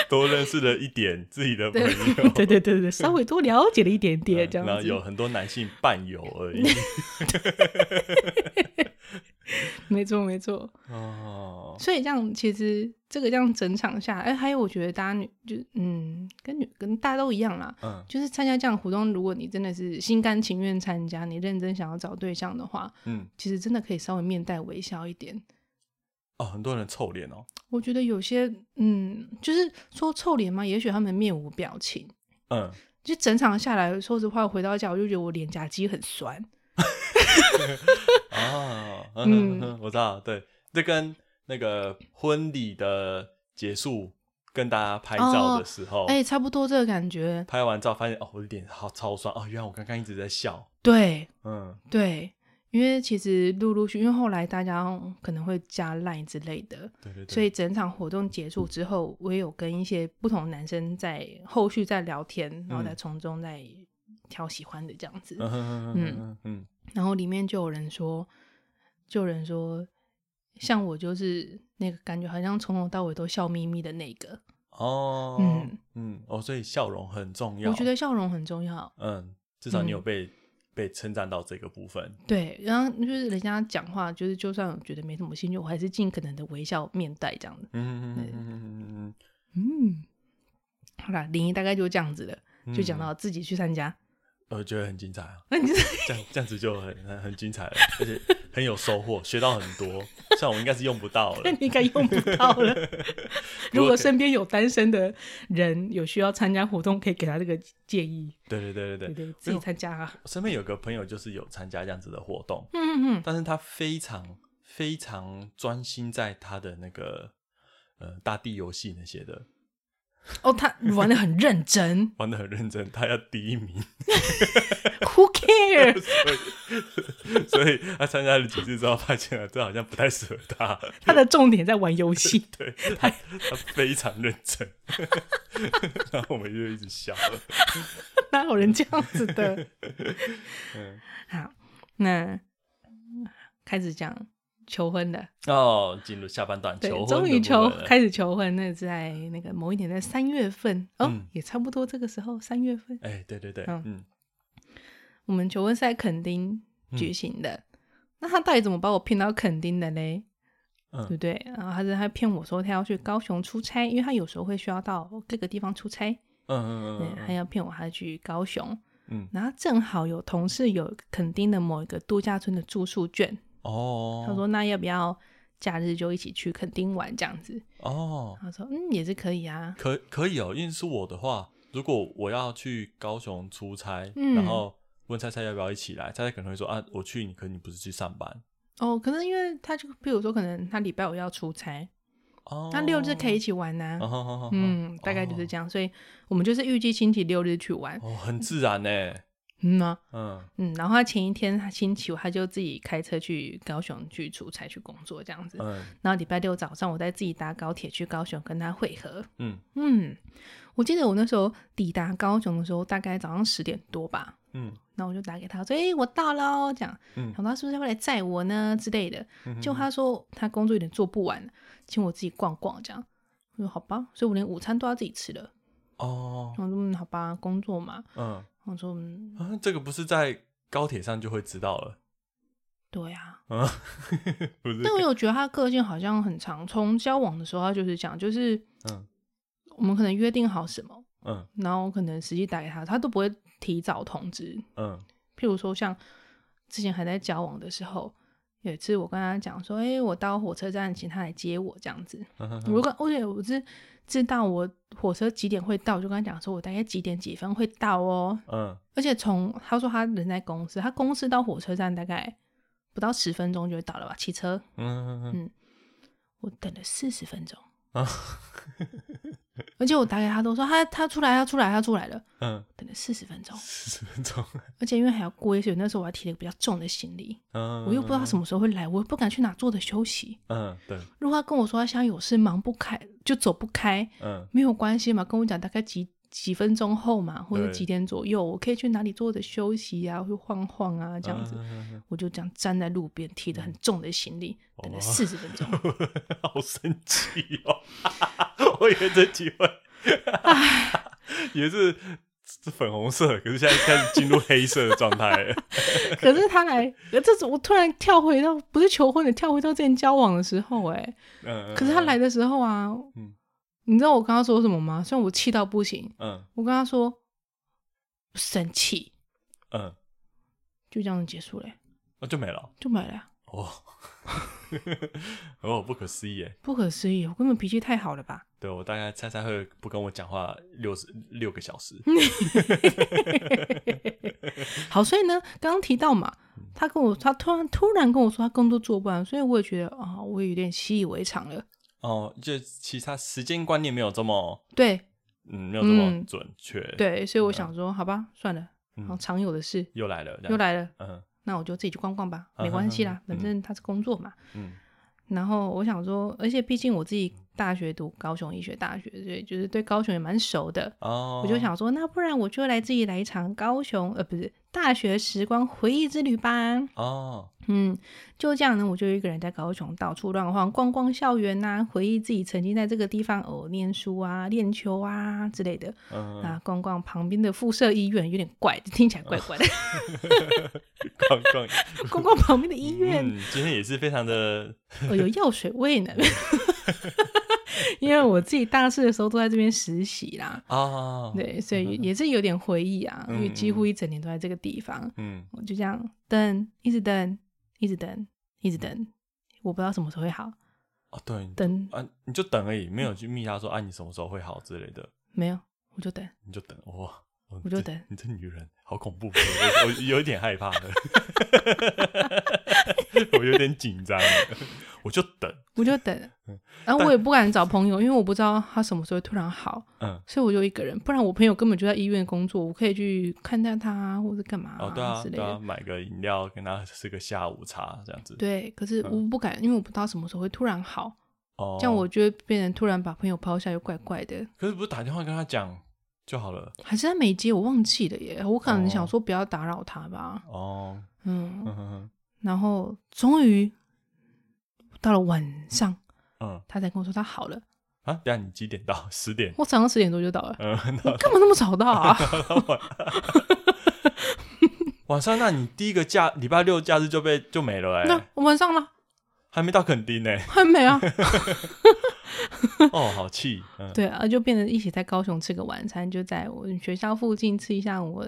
S1: 多认识了一点自己的朋
S2: 对
S1: 友，
S2: 对对对对，稍微多了解了一点点这
S1: 哎嗯然
S2: 样
S1: 后
S2: 子，
S1: 有很多男性伴游而 已，
S2: 没错没错。
S1: 哦，
S2: 所以这样其实这个这样整场下来，哎，还有我觉得大家女就嗯，跟女跟大家都一样啦，
S1: 嗯
S2: 就是参加这样的活动，如果你真的是心甘情愿参加，你认真想要找对象的话，
S1: 嗯，
S2: 其实真的可以稍微面带微笑一点。
S1: 哦，很多人臭脸哦，
S2: 我觉得有些，嗯，就是说臭脸嘛，也许他们面无表情。
S1: 嗯，
S2: 就整场下来，说实话，回到家我就觉得我脸颊肌很酸。
S1: 哦，
S2: 嗯
S1: 嗯，嗯我知道，对，这跟那个婚礼的结束跟大家拍照的时候，
S2: 哎、差不多这个感觉。
S1: 拍完照发现哦，我的脸好超酸哦，原来我刚刚一直在笑，
S2: 对
S1: 嗯
S2: 对，因为其实陆陆续，因为后来大家可能会加 line 之类的，
S1: 对对对，
S2: 所以整场活动结束之后，我也有跟一些不同男生在后续在聊天，然后再从中再挑喜欢的这样子。
S1: 嗯嗯嗯嗯
S2: 然后里面就有人说，就有人说，像我就是那个感觉，好像从头到尾都笑眯眯的那个。
S1: 哦，
S2: 嗯
S1: 嗯嗯哦，所以笑容很重要，
S2: 我觉得笑容很重要。
S1: 嗯，至少你有
S2: 嗯
S1: 被、被称赞到这个部分，
S2: 对，然后就是人家讲话，就是就算我觉得没什么兴趣，我还是尽可能的微笑面带这样子。
S1: 嗯嗯嗯嗯嗯
S2: 嗯，好啦，林一大概就这样子了，
S1: 嗯，
S2: 就讲到自己去参加。
S1: 嗯，我觉得很精彩啊，
S2: 那你是
S1: 这样这样子就很很很精彩了，而且很有收获，学到很多，虽然我应该是用不到 了
S2: 那，你应该用不到了。 如果身边有单身的人有需要参加活动，可以给他这个建议，
S1: 对对对
S2: 对
S1: 对
S2: 不
S1: 对，
S2: 对？自己参加啊。
S1: 我身边有个朋友就是有参加这样子的活动，
S2: 嗯嗯
S1: 但是他非常非常专心在他的那个呃大地游戏那些的，
S2: 嗯，哦，他玩的很 认真
S1: 玩的很认真，他要第一名，
S2: ，Who care？
S1: 所以他参加了几次之后，发现了啊这好像不太适合他，
S2: 他的重点在玩游戏。
S1: 对他他非常认真， 然后我们就一直笑了，
S2: 哪有人这样子 的？
S1: 嗯
S2: 好，那开始讲求婚的，
S1: 哦，进入下半段，
S2: 对
S1: 求，婚
S2: 终
S1: 的
S2: 于
S1: 部
S2: 求
S1: 分了
S2: 开始求婚，那是在那个某一年，在三月份哦，
S1: 嗯
S2: 也差不多这个时候，三月份，
S1: 哎，对对对，
S2: 嗯
S1: 嗯，
S2: 我们求婚是在垦丁举行的。那他到底怎么把我骗到垦丁的嘞？
S1: 嗯
S2: 对不对？然后他是他骗我说他要去高雄出差，因为他有时候会需要到各个地方出差，
S1: 嗯嗯嗯
S2: 对，
S1: 嗯
S2: 他要骗我他去高雄。
S1: 嗯，
S2: 然后正好有同事有垦丁的某一个度假村的住宿券，
S1: 哦，
S2: 他说那要不要假日就一起去垦丁玩这样子？
S1: 哦，
S2: 他说嗯也是可以啊，
S1: 可可以哦，因为是我的话，如果我要去高雄出差，
S2: 嗯
S1: 然后问菜菜要不要一起来，菜菜可能会说啊，我去，你可你不是去上班
S2: 哦，可是因为他就比如说可能他礼拜五要出差，
S1: 哦，
S2: 那六日可以一，起玩啊呐、
S1: 哦、好好好
S2: 嗯嗯，大概就是这样，所以我们就是预计星期六日去玩。
S1: 哦哦，很自然呢，
S2: 嗯啊，
S1: 嗯，
S2: 嗯，然后他前一天他星期五他就自己开车去高雄去出差去工作这样子，
S1: 嗯
S2: 然后礼拜六早上我再自己搭高铁去高雄跟他会合。
S1: 嗯
S2: 嗯，我记得我那时候抵达高雄的时候大概早上十点多吧，
S1: 嗯
S2: 然后我就打给他说：“哎、我到喽。”这样，
S1: 嗯
S2: 然后他是不是会来载我呢之类的？
S1: 嗯，
S2: 就他说他工作有点做不完，请我自己逛逛这样。我说好吧，所以我连午餐都要自己吃了。
S1: 哦
S2: 然，后我说嗯，好吧，工作嘛。
S1: 嗯
S2: 然后我说嗯，
S1: 啊，这个不是在高铁上就会知道了，
S2: 对啊。
S1: 嗯， 不是
S2: 但，我有觉得他个性好像很长，从交往的时候他就是这样，就是
S1: 嗯
S2: 我们可能约定好什么，
S1: 嗯
S2: 然后可能实际打给他，他都不会提早通知。
S1: 嗯
S2: 譬如说像之前还在交往的时候，有一次我跟他讲说，哎、我到火车站请他来接我这样子。
S1: 嗯
S2: 我就跟，而且我是知道我火车几点会到，我就跟他讲说我大概几点几分会到哦。
S1: 嗯
S2: 而且从他说他人在公司，他公司到火车站大概不到十分钟就会到了吧，骑车。
S1: 嗯
S2: 我等了四十分钟，
S1: 啊
S2: 而且我打给他都说他他出来他出来他出来了，
S1: 嗯，
S2: 等了四十分钟，
S1: 四十分钟，
S2: 而且因为还要过夜，所以那时候我还提了一个比较重的行李，
S1: 嗯，
S2: 我又不知道他什么时候会来，我又不敢去哪坐着休息。
S1: 嗯，对，
S2: 如果他跟我说他现在有事忙不开，就走不开，
S1: 嗯
S2: 没有关系嘛，跟我讲大概几几分钟后嘛，或者
S1: 对
S2: 几点左右，我可以去哪里坐着休息啊，或晃晃啊这
S1: 嗯
S2: 样子。我就这样站在路边，提着很重的行李，等了
S1: 哦
S2: 四十分 钟。
S1: 好生气哦！ 我以为这机会 也是是粉红色，可是现在开始进入黑色的状态 了。
S2: 可是他来，呃这是我突然跳回到不是求婚的，跳回到之前交往的时候、哎，
S1: 嗯，
S2: 可是他来的时候啊，
S1: 嗯
S2: 你知道我跟他说什么吗？虽然我气到不行，
S1: 嗯，
S2: 我跟他说生气，
S1: 嗯嗯，
S2: 就这样结束了、哎
S1: 那就没了
S2: 就没了，
S1: 哦。 哦，不可思议耶！
S2: 不可思议，我根本脾气太好了吧？
S1: 对我大概猜猜会不跟我讲话六十六个小时。
S2: 好，所以呢，刚刚提到嘛，
S1: 嗯
S2: 他跟我，他突然突然跟我说他工作做不完，所以我也觉得啊、我也有点习以为常了。
S1: 哦，就其实他时间观念没有这么，
S2: 对
S1: 嗯，没有这么
S2: 嗯
S1: 准确。，
S2: 对，所以我想说，好吧，算了，
S1: 嗯
S2: 好常有的事
S1: 又来了，这样
S2: 又，来了。
S1: 嗯
S2: 那我就自己去逛逛吧，
S1: 啊
S2: 没关系啦，
S1: 嗯
S2: 反正他是工作嘛。
S1: 嗯
S2: 然后我想说，而且毕竟我自己大学读高雄医学大学，所以就是对高雄也蛮熟的。
S1: 哦，
S2: 我就想说，那不然我就来自己来一场高雄，呃，不是大学时光回忆之旅吧。
S1: 哦，
S2: 嗯，就这样呢，我就一个人在高雄到处乱晃，逛逛校园呐、回忆自己曾经在这个地方哦念书啊、练球啊之类的。
S1: 嗯，
S2: 啊，逛逛旁边的附设医院，有点怪，听起来怪 怪的。
S1: 逛逛
S2: 逛逛旁边的医院，
S1: 嗯，今天也是非常的，
S2: 哦，有药水味呢。 因为我自己大四的时候都在这边实习啦，
S1: 啊，，
S2: 对，所以也是有点回忆啊，因为几乎一整年都在这个地方，
S1: 嗯，
S2: 我就这样等，一直等，一直等，一直等，我不知道什么时候会好，
S1: 哦，对，
S2: 等
S1: 啊，你就等而已，没有去密他说啊，你什么时候会好之类的，
S2: 没有我就等，
S1: 你就等哇，哦
S2: 我就
S1: 这
S2: 等
S1: 你这女人好恐怖，我我 我有一点害怕 了，我有点紧张了，我就等，
S2: 我就 等，
S1: 嗯
S2: 然后我也不敢找朋友，因为我不知道他什么时候会突然好，
S1: 嗯，
S2: 所以我就一个人，不然我朋友根本就在医院工作，我可以去看看他啊或者干嘛、
S1: 哦，对啊，
S2: 之类
S1: 对
S2: 的
S1: 啊，。买个饮料跟他吃个下午茶这样子，
S2: 对，可是
S1: 嗯
S2: 我不敢，因为我不知道什么时候会突然好，
S1: 哦，
S2: 这样我就会变成突然把朋友抛下，又怪怪的。
S1: 可是不是打电话跟他讲就好了，
S2: 还是他没接，我忘记了耶。我可能想
S1: 哦
S2: 说不要打扰他吧，
S1: 哦，
S2: 嗯。
S1: 嗯哼
S2: 然后终于到了晚上，
S1: 哼，嗯，
S2: 他才跟我说他好了。
S1: 啊，等一下你几点到？十点，
S2: 我早上十点多就到 了，
S1: 嗯，
S2: 我干嘛那么早到啊？
S1: 晚上，那你第一个假礼拜六假日就被就没了哎、
S2: 那我晚上了，
S1: 还没到垦丁呢、欸
S2: 还没啊？
S1: 哦，好气，嗯
S2: 对啊，就变成一起在高雄吃个晚餐，就在我学校附近吃一下我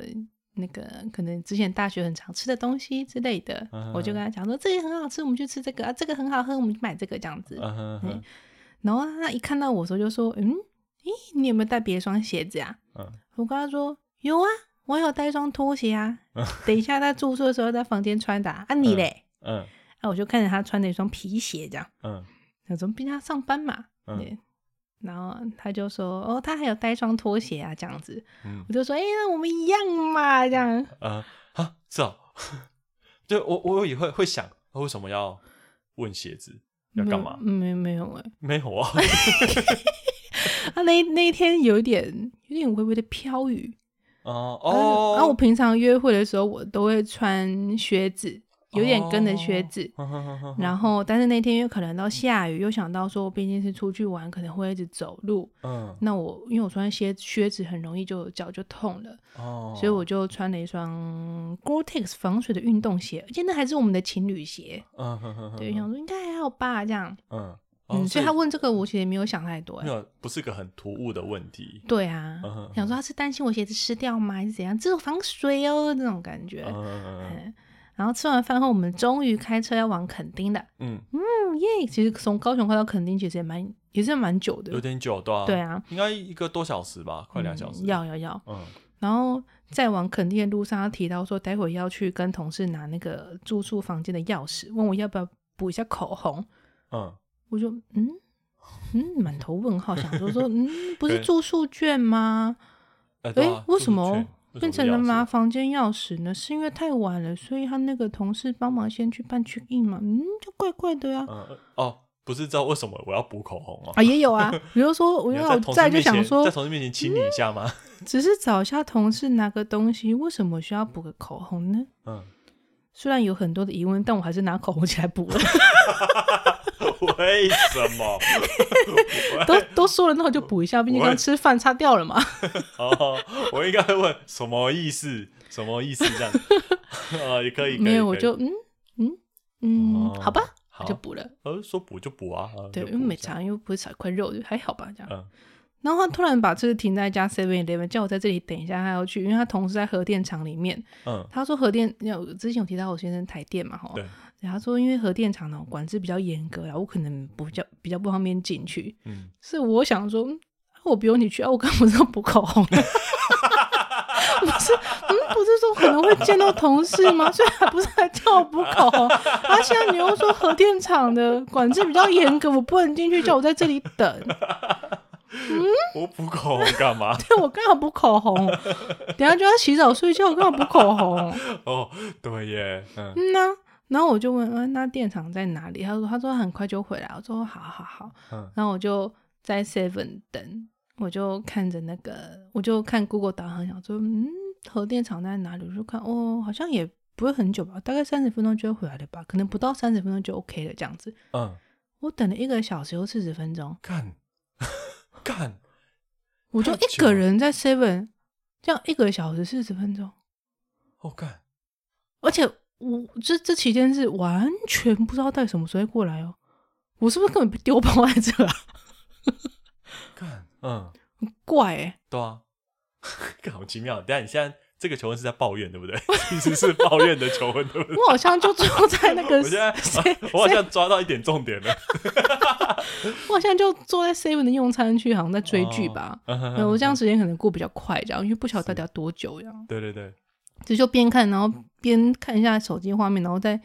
S2: 那个可能之前大学很常吃的东西之类的。
S1: 嗯
S2: 我就跟他讲说，这个很好吃，我们去吃这个；啊、这个很好喝，我们去买这个这样子。
S1: 嗯哼哼，
S2: 然后他一看到我的时候就说，嗯，咦，你有没有带别的双鞋子啊？
S1: 嗯
S2: 我跟他说有啊，我有带一双拖鞋啊，等一下在住宿的时候在房间穿的啊。啊你嘞？
S1: 嗯
S2: 啊，我就看着他穿着一双皮鞋这样。
S1: 嗯
S2: 那总毕竟他上班嘛，
S1: 嗯
S2: 对。然后他就说：“哦，他还有带一双拖鞋啊，这样子。
S1: 嗯
S2: 我就说：“哎、那我们一样嘛，这样。
S1: 啊啊，是哦， 对我我也会会想，为什么要问鞋子要
S2: 没有”
S1: 干嘛？
S2: 没有没有哎、
S1: 没有 啊，
S2: 他那那一天有一点有点微微的飘雨
S1: 哦
S2: 嗯然啊后我
S1: 哦，
S2: 平常约会的时候，我都会穿靴子，有点跟着
S1: 哦
S2: 靴子。
S1: 我
S2: 然后，但是那天因为可能到下雨，又想到说，毕竟是出去玩，可能会一直走路。
S1: 嗯
S2: 那我因为我穿靴靴子，很容易就脚就痛了，
S1: 哦，
S2: 所以我就穿了一双 Gore-Tex 防水的运动鞋，而且那还是我们的情侣鞋。
S1: 嗯哼哼哼
S2: 对，想说应该还好吧，这样。
S1: 嗯
S2: 嗯，
S1: 哦
S2: 所以他问这个，我其实没有想太多、
S1: 没
S2: 欸。
S1: 有不是个很突兀的问题，
S2: 对啊，
S1: 嗯哼
S2: 想说他是担心我鞋子湿掉吗，还是怎样？这种防水哦，那种感觉。
S1: 嗯嗯
S2: 嗯，然后吃完饭后，我们终于开车要往垦丁了。
S1: 嗯，
S2: 嗯耶！其实从高雄快到垦丁，其实也蛮也是蛮久的
S1: 有。点久，对啊，
S2: 对，啊，
S1: 应该一个多小时吧，快两小时
S2: 嗯，要要要。
S1: 嗯
S2: 然后在往垦丁的路上，他提到说，待会要去跟同事拿那个住宿房间的钥匙，问我要不要补一下口红。
S1: 嗯，
S2: 我就嗯嗯，满头问号，想说 说嗯，不是住宿券吗？
S1: 哎对啊
S2: 诶为
S1: 就是
S2: 什么
S1: 劝为
S2: 变
S1: 什
S2: 成
S1: 么
S2: 了
S1: 要
S2: 拿
S1: 是？
S2: 房间钥匙呢？是因为太晚了，所以他那个同事帮忙先去办 check in 嘛，嗯，就怪怪的呀、啊。
S1: 嗯哦，不是知道为什么我要补口红啊？
S2: 也 有啊，比如说，我
S1: 你
S2: 因
S1: 要
S2: 为我
S1: 同事
S2: 再就
S1: 面
S2: 想
S1: 前，
S2: 说
S1: 在，同事面前亲你一下吗？
S2: 只是找一下同事拿个东西，为什么需要补个口红呢？
S1: 嗯，
S2: 虽然有很多的疑问，但我还是拿口红起来补 了。
S1: 嗯为什么？
S2: 都都说了，那我就补一下，毕竟
S1: 我也
S2: 刚吃饭擦掉 了嘛。
S1: 哦，我应该会问什么意思？什么意思？ 这样啊，也可以。可以
S2: 没有，我
S1: 可以
S2: 就嗯嗯嗯，
S1: 哦
S2: 好吧，
S1: 好
S2: 就，补了。
S1: 呃，说补就补啊，啊
S2: 对，
S1: 就
S2: 因为
S1: 补
S2: 没
S1: 一下
S2: 差，又不是少一块肉，就还好吧这样。
S1: 嗯
S2: 然后他突然把车子停在一家 Seven Eleven，叫我在这里等一下，他要去，因为他同事在核电厂里面。
S1: 嗯，
S2: 他说核电，有之前有提到我先生台电嘛，哈，
S1: 对，
S2: 然后他说因为核电厂呢管制比较严格啦，我可能不较比较不方便进去。
S1: 嗯，
S2: 是我想说，嗯我不用你去啊，我干嘛要补口红呢？ 不是，嗯，不是说可能会见到同事吗？ 所以还不是来叫我补口红，啊，现在你又说核电厂的管制比较严格，我不能进去，叫我在这里等。
S1: 我补口红干嘛？
S2: 对，我刚好补口红，等一下就要洗澡睡觉，我刚好补口红。
S1: 哦，对耶，嗯
S2: 嗯呐、然后我就问，啊、那电厂在哪里？他说，他说很快就回来。我说，好好好。
S1: 嗯
S2: 然后我就在 Seven 等，我就看着那个，我就看 Google 导航，想说，嗯，核电厂在哪里？我就看，哦，好像也不会很久吧，大概三十分钟就会回来了吧，可能不到三十分钟就 OK 了这样子。
S1: 嗯，
S2: 我等了一个小时又四十分钟，
S1: 干 干，
S2: 我就
S1: 太
S2: 一
S1: 久了
S2: 个人在 Seven 这样一个小时四十分钟。
S1: 哦干，
S2: 而且我这这期间是完全不知道带什么时候过来哦，我是不是根本被丢 包在这啊？
S1: 干，嗯，
S2: 怪、欸，
S1: 对啊，干好奇妙。等一下你现在这个求婚是在抱怨对不对？ 其实是抱怨的求婚对 不对？
S2: 我好像就坐在那 个，
S1: 我现在、
S2: 谁
S1: 啊我 好像抓到一点重点了。
S2: 我好像就坐在 Seven 的用餐区，好像在追剧吧。
S1: 嗯哼
S2: 嗯，
S1: 哼
S2: 我这样时间可能过比较快，这样，因为不晓得到底要多久，这样，
S1: 对对对，
S2: 这就边看，然后边看一下手机画面，然后再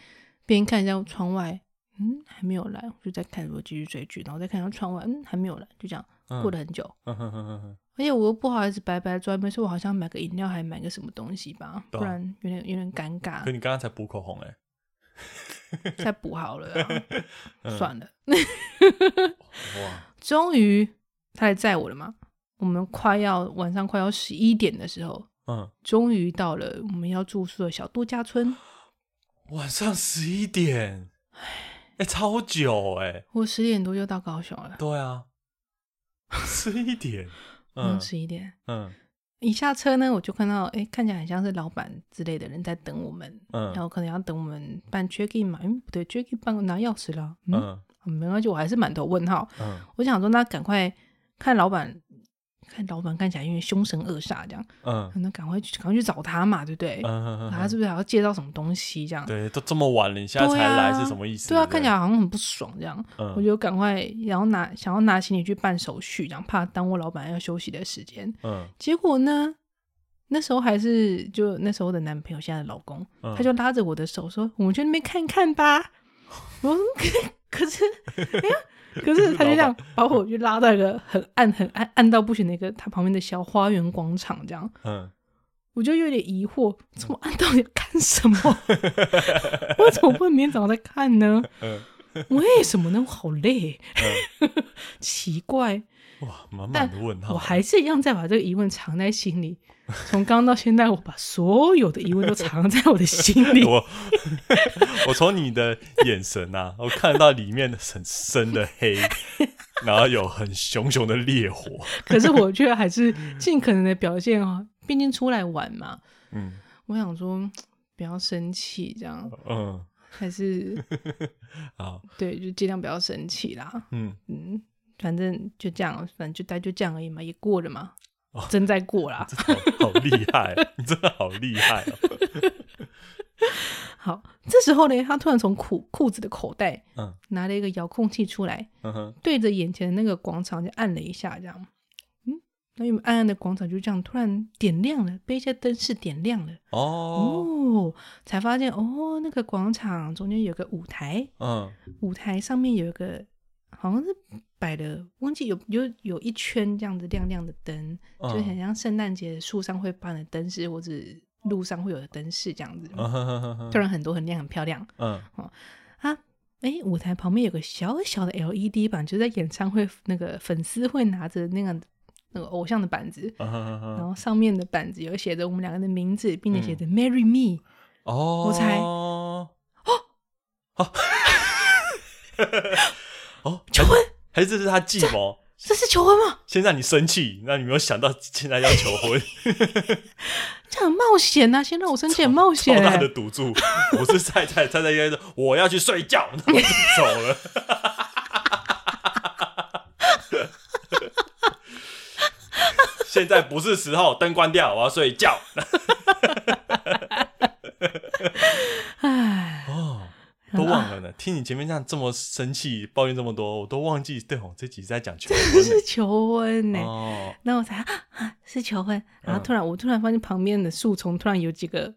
S2: 边看一下窗外，嗯，还没有来，我就在看，我继续追剧，然后再看一下窗外，嗯，还没有来，就这样
S1: 嗯
S2: 过了很久。
S1: 嗯哼哼哼哼
S2: 而且我又不好意思白白坐在那边，所以我好像买个饮料，还买个什么东西吧，
S1: 对啊
S2: 不然有点有点尴
S1: 可
S2: 尬，
S1: 你刚刚才补口红哎、
S2: 再补好了啊、
S1: 嗯
S2: 算了。
S1: 哇，
S2: 终于他来载我了嘛，我们快要晚上快要十一点的时候，
S1: 嗯，
S2: 终于到了我们要住宿的小度假村。
S1: 晚上十一点，哎、超久哎、
S2: 我十点多就到高雄了，
S1: 对啊，十一点，嗯
S2: 嗯，十一点。
S1: 嗯
S2: 一下车呢，我就看到，哎，看起来很像是老板之类的人在等我们，然
S1: 嗯
S2: 后可能要等我们办 check in 嘛，嗯，不对，check in 办拿钥匙啦，嗯，
S1: 嗯
S2: 没关系，我还是满头问号。
S1: 嗯
S2: 我想说，那赶快看老板，看老板看起来因为凶神恶煞这样，
S1: 嗯
S2: 那赶快去赶快去找他嘛，对不对？
S1: 嗯，
S2: 他是不是还要介绍什么东西这样？
S1: 对，都这么晚了，你现在
S2: 对
S1: 才
S2: 啊
S1: 来是什么意思？
S2: 对啊，
S1: 不
S2: 看起来好像很不爽这样，
S1: 嗯
S2: 我就赶快然后拿想要拿行李去办手续，这样怕耽误老板要休息的时间。
S1: 嗯
S2: 结果呢，那时候还是就那时候的男朋友，现在的老公，
S1: 嗯
S2: 他就拉 着我的手说：“我们去那边看看吧。”我说：“可可是，哎呀， 可是他就这
S1: 老
S2: 样把我就拉到一个很暗、很暗、暗到不行的一个他旁边的小花园广场，这样
S1: 嗯，
S2: 我就有点疑惑，这么暗到底要干什 么？我怎么不能明天早上再看呢？
S1: 嗯
S2: 为什么呢？我好累，
S1: 嗯
S2: 奇怪，
S1: 哇，满满的问号。
S2: 我还是一样再把这个疑问藏在心里。从刚到现在，我把所有的疑问都藏在我的心 里。
S1: 我我从你的眼神啊，我看到里面很深的黑，然后有很熊熊的烈火。
S2: 可是我却还是尽可能的表现啊，毕竟出来玩嘛。
S1: 嗯
S2: 我想说，嗯不要生气，这样
S1: 嗯，
S2: 还是
S1: 好，
S2: 对，就尽量不要生气啦。
S1: 嗯，
S2: 嗯，反正就这样，反正就大家就这样而已嘛，也过了嘛，
S1: 哦
S2: 真在过啦。
S1: 好好厉害，你真的好厉害哦。
S2: 好，这时候呢，他突然从裤裤子的口袋
S1: 嗯
S2: 拿了一个遥控器出来，
S1: 嗯哼，
S2: 对着眼前的那个广场就按了一下，这样，嗯，那原本暗暗的广场就这样突然点亮了，被一些灯饰点亮了。
S1: 哦，
S2: 哦，才发现哦，那个广场中间有个舞台，
S1: 嗯
S2: 舞台上面有一个好像是摆了，忘记有有有一圈这样子亮亮的灯，就很
S1: 嗯
S2: 像圣诞节树上会办的灯饰，或者路上会有的灯饰这样子，
S1: 嗯哼哼哼哼
S2: 突然很多很亮很漂亮
S1: 嗯
S2: 啊！哎，舞台旁边有个小小的 LED 板，就是在演唱会那个粉丝会拿着那个那个偶像的板子。
S1: 嗯哼哼嗯
S2: 然
S1: 哼，
S2: 后上面的板子有写着我们两个的名字，并且写着 “Marry me”，、
S1: 哦，
S2: 我猜
S1: 哦， 哦，求
S2: 婚
S1: 还是这是他计谋？
S2: 这是求婚吗？
S1: 先让你生气，让你没有想到现在要求婚，
S2: 这很冒险呐、先让我生气，很冒险、
S1: 超大的
S2: 欸。
S1: 赌注。我是菜菜菜菜应该说我要去睡觉， 然后就走了。 现在不是时候，灯关掉，我要睡觉。
S2: 唉，
S1: 哦， 都忘了呢。听你前面这样这么生气，抱怨这么多，我都忘记。对哦，这集是在讲求
S2: 这
S1: 婚
S2: 是求婚欸呢、
S1: 呢。哦，
S2: 然后我才啊啊是求婚，然后
S1: 嗯
S2: 突然、我突然发现旁边的树丛突然有几个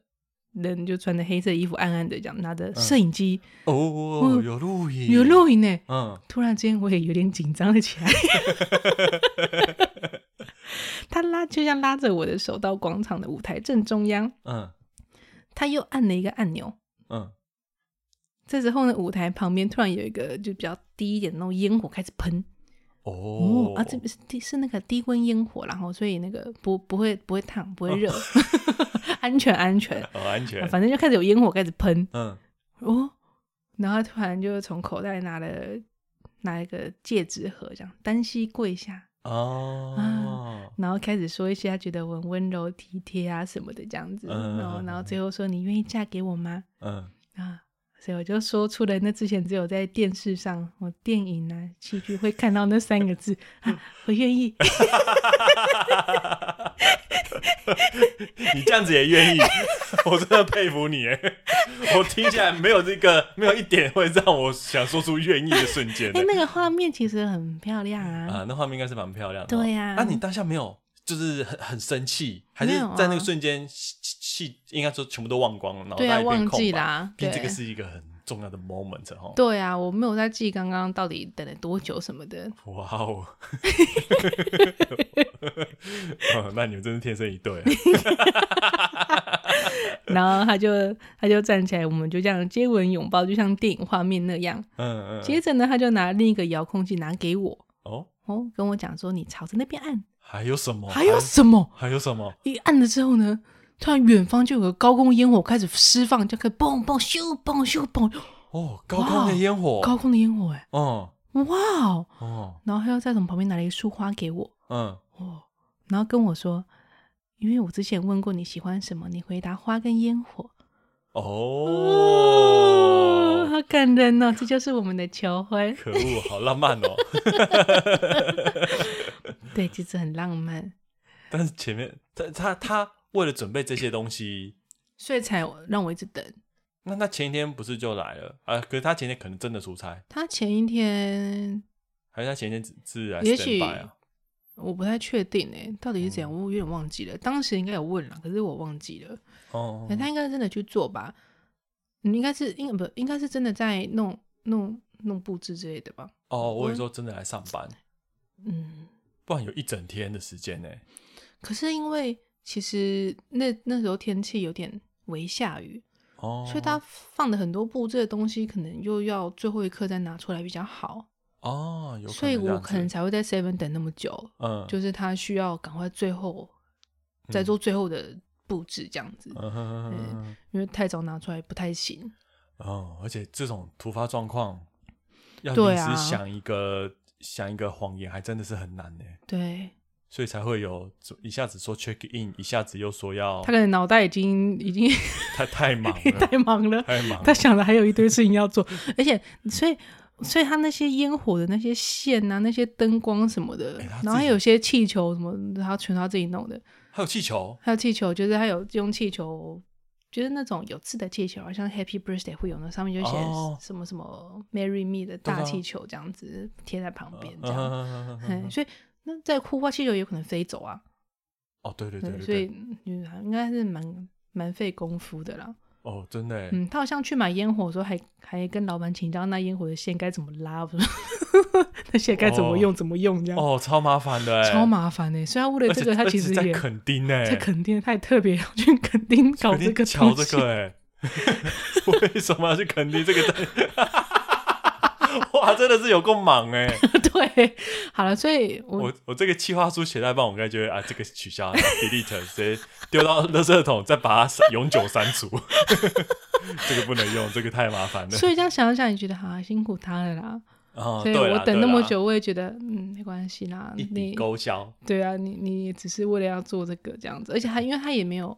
S2: 人就穿着黑色衣服，暗暗的这样拿着摄影机，
S1: 哦，有录影，
S2: 有，录影呢、
S1: 嗯，
S2: 突然之间我也有点紧张了起来。 他拉就像拉着我的手到广场的舞台正中央，
S1: 嗯
S2: 他又按了一个按钮。
S1: 嗯，
S2: 这时候呢，舞台旁边突然有一个就比较低一点的那种烟火开始喷，哦
S1: 哦，
S2: 啊，这不是低是那个低温烟火啦，然后所以那个不不会不会烫不会
S1: 哦
S2: 热， 安全 安全、
S1: 好安
S2: 啊
S1: 全，
S2: 反正就开始有烟火开始喷
S1: 嗯
S2: 哦，然后他突然就从口袋拿了拿一个戒指盒，这样单膝跪下，
S1: 哦，
S2: 然后开始说一些他觉得我很温柔体贴啊什么的这样子，
S1: 嗯
S2: 然后然后最后说你愿意嫁给我吗？
S1: 嗯
S2: 啊，所以我就说出了那之前只有在电视上、我电影啊、戏剧会看到那三个字
S1: 嗯
S2: 啊，我愿意。
S1: 你这样子也愿意， 我真的佩服你耶。我听起来没有这个，没有一点会让我想说出愿意的瞬间
S2: 哎、
S1: 耶。
S2: 那个画面其实很漂亮啊，
S1: 啊，那画面应该是蛮漂亮的哦。
S2: 对啊呀
S1: 那你当下没有就是很很生气，还是
S2: 没有啊
S1: 在那个瞬间气气应该说全部都忘光了，脑
S2: 对啊，
S1: 袋一片
S2: 忘
S1: 空
S2: 记
S1: 白。
S2: 啦，
S1: 毕竟
S2: 对
S1: 这个是一个很重要的 moment 哦。
S2: 对啊，我没有在记刚刚到底等了多久什么的，
S1: 哇哦！ 哦，那你们真是天生一对 啊、
S2: 然后他就他就站起来，我们就这样接吻拥抱，就像电影画面那样。
S1: 嗯嗯嗯。
S2: 接着呢，他就拿另一个遥控器拿给我，
S1: 哦，
S2: 哦，跟我讲说你朝着那边按，
S1: 还有什么？
S2: 还有什么？
S1: 还有什么？
S2: 一按了之后呢，突然远方就有个高空烟火开始释放，就开始嘣嘣咻嘣咻嘣，
S1: 哦，高空的烟火。
S2: 高空的烟火哎、
S1: 哦
S2: 哇哦！
S1: 哦
S2: 然后他又再从旁边拿了一束花给我，
S1: 嗯
S2: 哦，然后跟我说，因为我之前问过你喜欢什么，你回答花跟烟火。哦，
S1: 哦，
S2: 好感人哦！这就是我们的求婚，
S1: 可恶，好浪漫哦。
S2: 对，其实很浪漫，
S1: 但是前面他他他为了准备这些东西，
S2: 所以才让我一直等。
S1: 那他前一天不是就来了啊？可是他前天可能真的出差，
S2: 他前一天
S1: 还是他前天只是来
S2: 也许
S1: stand by 啊？
S2: 我不太确定哎、到底是怎样，我有点忘记了。当时应该有问了，可是我忘记了。
S1: 哦
S2: 可，他应该真的去做吧？嗯你应该是应不应该是真的在弄弄弄布置之类的吧？
S1: 哦，我有时候真的来上班，
S2: 嗯，
S1: 不然有一整天的时间呢、
S2: 可是因为其实那那时候天气有点微下雨，
S1: 哦，
S2: 所以他放的很多布置的东西，可能又要最后一刻再拿出来比较好，
S1: 哦，有可能
S2: 所以
S1: 这
S2: 我
S1: 样
S2: 可能
S1: 子
S2: 才会在 Seven 等那么久，
S1: 嗯，
S2: 就是他需要赶快最后再做最后的布置这样子，
S1: 嗯哼哼哼哼
S2: 因为太早拿出来不太行。
S1: 哦，而且这种突发状况，要
S2: 对
S1: 临时
S2: 啊
S1: 想一个、想一个谎言，还真的是很难呢，
S2: 对
S1: 所以才会有一下子说 check in，一下子又说要
S2: 他可能脑袋已经已 经
S1: 太太忙了，
S2: 太忙了，
S1: 啊太忙
S2: 他
S1: 了，
S2: 想的还有一堆事情要 做，而且所以所以他那些烟火的那些线啊，那些灯光什么的，
S1: 哎他自己
S2: 然后还有些气球什么，他全他自己弄的，
S1: 还有气球
S2: 还有气球，就是他有用气球。就是那种有刺的气球，好像 Happy Birthday 会有那上面就写
S1: 哦
S2: 什么什么 Marry Me 的大
S1: 对啊
S2: 气球，这样子贴在旁边，
S1: 嗯
S2: 这样。
S1: 哼哼哼哼
S2: 哎，所以那在哭花气球也有可能飞走啊，
S1: 哦，对对
S2: 对
S1: 对对
S2: 所以
S1: 对，
S2: 嗯应该是蛮蛮费功夫的啦。
S1: 哦，真的耶，
S2: 嗯，他好像去买烟火的时候还，还跟老板请教那烟火的线该怎么拉，不是 那线该怎么用、怎么用这样，
S1: 哦，超麻烦的耶，
S2: 超麻烦的、所以他为了
S1: 而
S2: 这
S1: 且
S2: 个，他
S1: 而
S2: 其
S1: 且
S2: 实
S1: 在欸
S2: 也
S1: 肯定呢，
S2: 在垦丁，他也特别要去 垦丁搞
S1: 肯定
S2: 这个
S1: 瞧
S2: 东
S1: 这
S2: 西。
S1: 个 哎、为什么要去肯定这个东西？ 哇，真的是有够忙哎、
S2: 对，好了，所以我
S1: 我我这个企划书写太棒，我应该觉得啊，这个取消 delete 直接丢到垃圾桶，再把它删永久删除。 这个不能用，这个太麻烦了。
S2: 所以这样想一想，也觉得好、啊、辛苦他了啦。
S1: 哦，
S2: 所以
S1: 对啦
S2: 我等那么，
S1: 对啦
S2: 久，我也觉得嗯，没关系啦，
S1: 一笔
S2: 你
S1: 勾销。
S2: 对啊，你你也只是为了要做这个这样子，而且他因为他也没有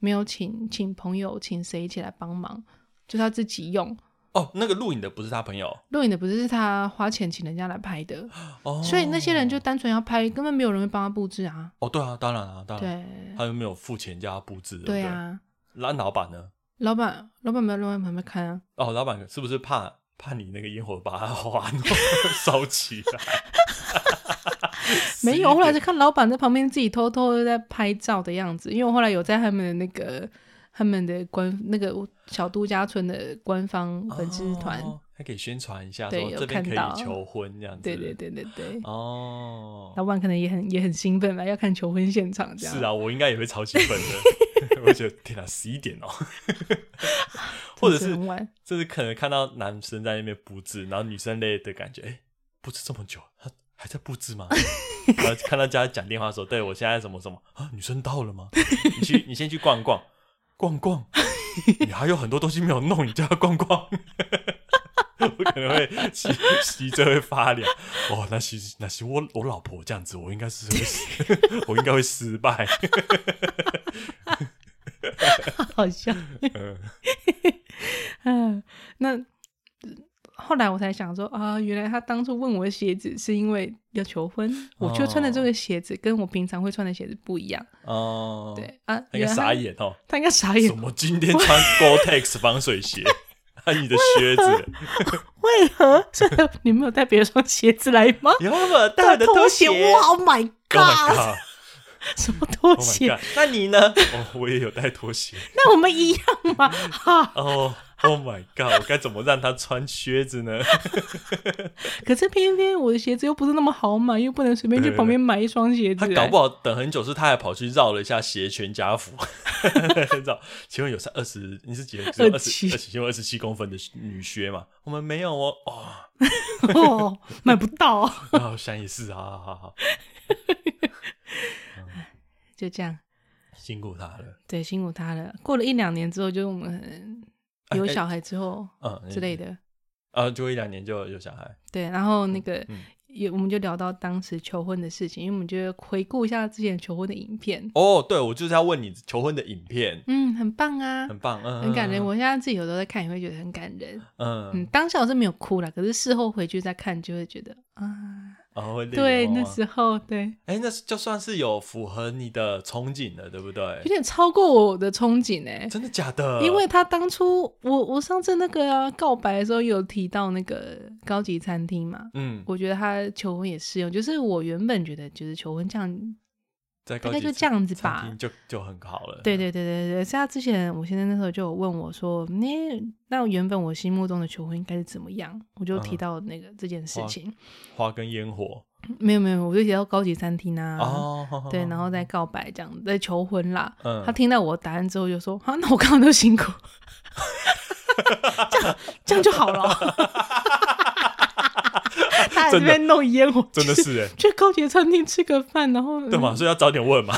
S2: 没有请请朋友请谁一起来帮忙，就他自己用
S1: 哦，那个录影的不是他朋友
S2: 录影的，不是是他花钱请人家来拍的，
S1: 哦，
S2: 所以那些人就单纯要拍，根本没有人会帮他布置啊。
S1: 哦，对啊，当然啊，当然，
S2: 对
S1: 他又没有付钱叫他布置，不
S2: 对，啊，
S1: 那老板呢？
S2: 老板老板没有老板没有看啊，
S1: 哦，老板是不是怕怕你那个烟火把它 花烧起来？
S2: 没有。后来就看老板在旁边自己偷偷地在拍照的样子，因为我后来有在他们的那个。他们的官那个小度假村的官方 粉丝团，
S1: 哦还可以宣传一下，
S2: 对
S1: 说
S2: 有
S1: 这边可
S2: 看到
S1: 以求婚这样子。
S2: 对对。对对对，
S1: 哦，
S2: 老板可能也很也很兴奋吧，要看求婚现场这样。
S1: 是，啊，我应该也会超兴奋 的。我觉得天哪，十一点哦，或者是
S2: 很 晚。
S1: 就是可能看到男生在那边布置，然后女生累的感觉，哎、布置这么久，他还在布置吗？ 然后看到家讲电话说，对我现在什么什么啊，女生到了吗？你 去，你先去逛逛，逛逛，你还有很多东西没有弄，你就要逛逛。 我可能会骑骑着会发凉，哦，那是那是我我老婆这样子，我应该是会失， 我应该会失败。
S2: 好笑。
S1: 嗯
S2: 嗯， 那后来我才想说啊，原来他当初问我鞋子是因为要求婚，我就穿的这个鞋子跟我平常会穿的鞋子不一样。
S1: 哦，，
S2: 对啊，
S1: 应该
S2: 原来
S1: 傻
S2: 他
S1: 眼哦，
S2: 他应该傻眼
S1: 怎，么今天穿 Gore-Tex 防水鞋？啊，你的靴子，
S2: 为何？是你没有带别的双鞋子来吗？
S1: 有我带我的
S2: 拖
S1: 鞋。
S2: 哇，Oh my
S1: Oh my
S2: God！
S1: god！Oh
S2: 什么拖
S1: my
S2: 鞋
S1: god！？那你呢？哦，我也有带拖鞋。
S2: 那我们一样吗？哈，
S1: 哦，Oh my god！我该怎么让他穿靴子呢？
S2: 可是偏偏我的鞋子又不是那么好买，又不能随便去
S1: 对对
S2: 旁边买一双鞋子哎
S1: 他
S2: 来。
S1: 搞不好等很久是他还跑去绕了一下鞋全家福，绕。请问有三二十？你是几？二十二
S2: 27
S1: 十七二十七公分的女靴吗？我们没有哦。哦，
S2: 哦，买不到、
S1: 然后想也是啊，好好好，
S2: 就这样。
S1: 辛苦他了。
S2: 对，辛苦他了。过了一两年之后，就我们
S1: 哎
S2: 有
S1: 哎
S2: 小孩之后
S1: 嗯，
S2: 之类
S1: 的。
S2: 的，
S1: 啊，就一两年就有小孩。
S2: 对。然后那个、
S1: 嗯
S2: 也，我们就聊到当时求婚的事情，因为我们就回顾一下之前求婚的影片，
S1: 哦，对，我就是要问你求婚的影片，
S2: 嗯，很棒啊，
S1: 很棒，嗯，
S2: 很感人。
S1: 嗯
S2: 我现在自己有时候在看，也会觉得很感人。嗯，
S1: 嗯，
S2: 当下我是没有哭啦，可是事后回去再看，就会觉得啊，
S1: 然哦后会泪
S2: 对，
S1: 流
S2: 那
S1: 吗
S2: 时候对，
S1: 哎，那是就算是有符合你的憧憬了，对不对
S2: 有？点超过我的憧憬哎、
S1: 真的假的？
S2: 因为他当初我我上次那个、啊、告白的时候有提到那个高级餐厅嘛，
S1: 嗯，
S2: 我觉得他求婚也适用，就是我原本觉得就是求婚这样
S1: 在
S2: 大
S1: 高
S2: 概
S1: 级
S2: 就
S1: 餐
S2: 这样子
S1: 餐
S2: 吧
S1: 厅就就很好了。
S2: 对对对对对，像他之前，我先生那时候就有问我说：“你那原本我心目中的求婚应该是怎么样？”我就
S1: 嗯
S2: 提
S1: 哦
S2: 到那个、这件事
S1: 哇
S2: 情，
S1: 花跟烟火
S2: 没有没有，我就提到高级餐厅啊，
S1: 哦，
S2: 对，然后再告白这样，再求婚啦。
S1: 嗯
S2: 他听到我答案之后就说：“啊，那我刚刚就辛苦，这样这样就好 了。”他还在
S1: 真
S2: 那
S1: 的
S2: 边弄烟火，
S1: 真的
S2: 去
S1: 是哎，
S2: 去高级餐厅吃个饭，然后
S1: 对嘛，所以要早点问嘛。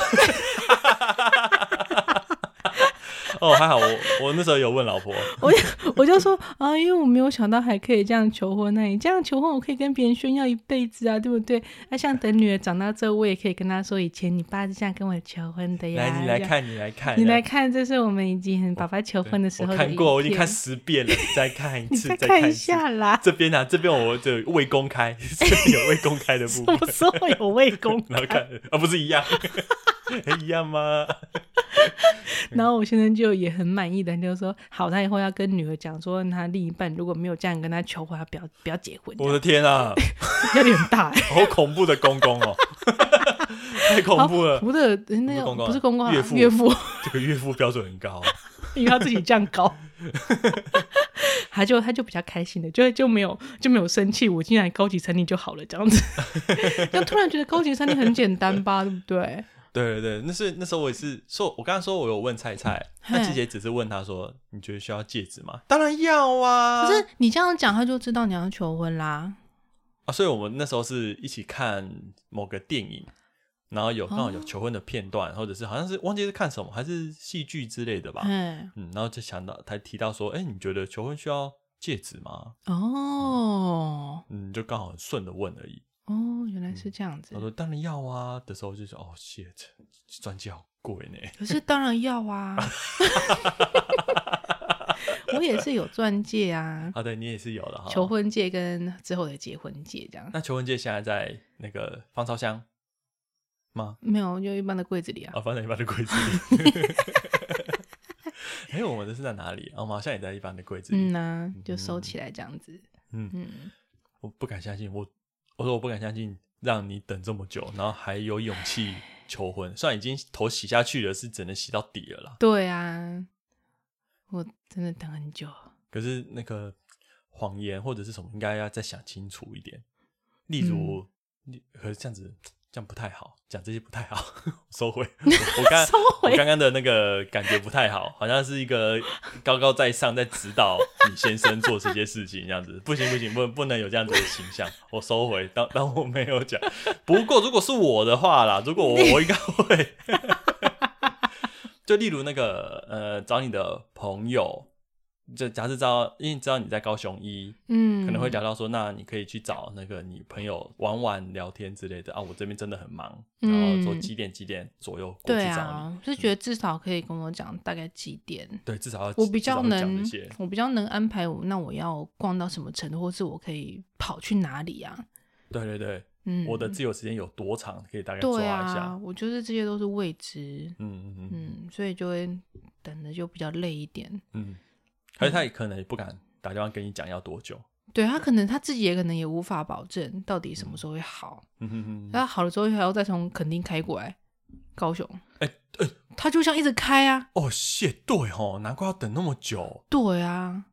S1: 哦，还好我我那时候有问老婆，
S2: 我就我就说啊，因为我没有想到还可以这样求婚那、你这样求婚我可以跟别人炫耀一辈子啊，对不对？那、像等女儿长大之后，我也可以跟她说，以前你爸是这样跟我求婚的呀。
S1: 来你来
S2: 这样，
S1: 看，你来看，
S2: 你来看，这是我们已经爸爸求
S1: 哎哦对
S2: 婚的时候
S1: 我
S2: 的
S1: 看过，我已经
S2: 影
S1: 看
S2: 片
S1: 十遍了，你再看一
S2: 你
S1: 次，
S2: 再
S1: 看
S2: 看一
S1: 次。
S2: 下啦。
S1: 这边啊，这边我的未公开， 这边有未公开的部
S2: 我
S1: 分，
S2: 说我有未公
S1: 然后看啊，不是一样， 哎一样吗？
S2: 然后我先生就也很满意的，就说好，他以后要跟女儿讲说，他另一半如果没有这样跟他求婚，他不要不要结婚，
S1: 我的天啊，
S2: 压力很 大、
S1: 好恐怖的公公哦， 太恐怖了，
S2: 不是那
S1: 公
S2: 个
S1: 公啊
S2: 不是公公啊，
S1: 岳父
S2: 岳父，
S1: 这个岳父标准很高，
S2: 因为他自己这样 搞，他就他就比较开心的，就就没有就没有生气，我竟然高级餐厅就好了这样子， 就突然觉得高级餐厅很简单吧，对不对？
S1: 对对对，那是那时候我也是说，我刚刚说我有问菜菜，
S2: 嗯嘿
S1: 那姐姐只是问他说，你觉得需要戒指吗？当然要啊，
S2: 可是你这样讲，他就知道你要求婚啦。
S1: 啊，所以我们那时候是一起看某个电影，然后有刚
S2: 哦
S1: 好有求婚的片段，或者是好像是忘记是看什么，还是戏剧之类的吧，
S2: 嗯，
S1: 嗯，然后就想到才提到说，哎、你觉得求婚需要戒指吗？
S2: 哦。
S1: 嗯，就刚好很顺的问而已。
S2: 哦，原来是这样子
S1: 他。说当然要啊的时候就说哦，shit，钻戒好贵呢。
S2: 可是当然要 啊，我也是有钻戒啊，
S1: 啊，对你也是有的哈。
S2: 求婚戒跟之后的结婚戒这样。
S1: 那求婚戒现在在那个芳草箱吗？
S2: 没有，就一般的柜子里啊。
S1: 啊，放在一般的柜子里。 哎、我们这是在哪里？啊，我们好像也在一般的柜子里。
S2: 嗯呐、就收起来这样子。
S1: 嗯
S2: 嗯，
S1: 我不敢相信，我我说我不敢相信，让你等这么久，然后还有勇气求婚。虽然已经头洗下去了，是只能洗到底了啦。
S2: 对啊，我真的等很久。
S1: 可是那个谎言或者是什么，应该要再想清楚一点。例如，
S2: 嗯
S1: 你可是这样子，这样不太好，讲这些不太好， 收 回。我我刚
S2: 收回
S1: 我刚刚的那个感觉不太好，好像是一个高高在上在指导你先生做这些事情，这样子不行不行，不不能有这样子的形象。我收回，当当我没有讲。不过如果是我的话啦，如果我我应该会。 就例如那个呃，找你的朋友，就假设知道，因为知道你在高雄一，
S2: 嗯，
S1: 可能会聊到说，那你可以去找那个你朋友玩玩聊天之类的啊。我这边真的很忙，然后说
S2: 嗯
S1: 几点几点左右过去
S2: 对
S1: 找你。嗯
S2: 啊，就觉得至少可以跟我讲大概几点。
S1: 对，至少要
S2: 我比
S1: 至少
S2: 较
S1: 会讲
S2: 能
S1: 这些，，
S2: 我比较能安排我，那我要逛到什么程度，或是我可以跑去哪里啊？
S1: 对对对，
S2: 嗯，
S1: 我的自由时间有多长，可以大概抓
S2: 对
S1: 一
S2: 啊，
S1: 下。
S2: 我就是这些都是未知，
S1: 嗯嗯嗯
S2: 嗯，所以就会等的就比较累一点。
S1: 嗯，可是他也可能也不敢打电话跟你讲要多久。
S2: 对他可能他自己也可能也无法保证到底什么时候会好，
S1: 嗯哼哼，
S2: 那、好了之后还要再从垦丁开过来高雄，
S1: 哎哎
S2: 他就像一直开啊，
S1: 哦，谢对哦，难怪要等那么久
S2: 对啊，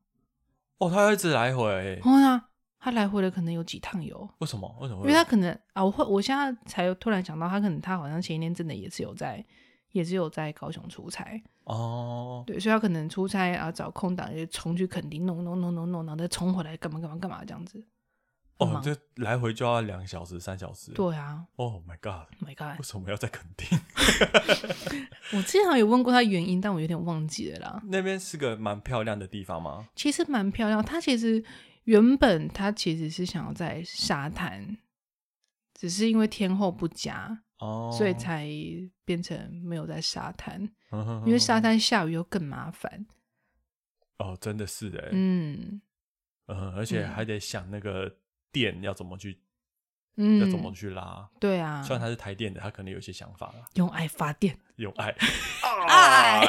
S1: 哦，他要一直来回，
S2: 然后呢，他来回了可能有几趟游，
S1: 为什么？为什么
S2: 因
S1: 会？
S2: 为他可能啊，我会我现在才突然想到，他可能他好像前一天真的也是有在。也是有在高雄出差，
S1: 哦，
S2: 对，所以他可能出差啊，找空档就冲去垦丁弄弄弄弄弄，然后再冲回来干嘛干嘛干嘛这样子。很
S1: 哦，
S2: 忙
S1: 这来回就要两小时、三小时。
S2: 对啊
S1: ，Oh my God，
S2: ，My
S1: 为
S2: God！
S1: 什么要在垦丁？
S2: 我之前好像有问过他原因，但我有点忘记了啦。
S1: 那边是个蛮漂亮的地方吗？
S2: 其实蛮漂亮，他其实原本他其实是想要在沙滩，只是因为天候不佳，
S1: 哦，
S2: 所以才变成没有在沙滩。
S1: 嗯哼哼，
S2: 因为沙滩下雨又更麻烦。
S1: 哦，真的是哎，
S2: 嗯
S1: 嗯，而且还得想那个电要怎么去，
S2: 嗯，
S1: 要怎么去拉。
S2: 对啊
S1: 虽？然他是台电的，他可能有一些想法啦，
S2: 用爱发电，
S1: 用 爱，
S2: 哦爱
S1: 爱，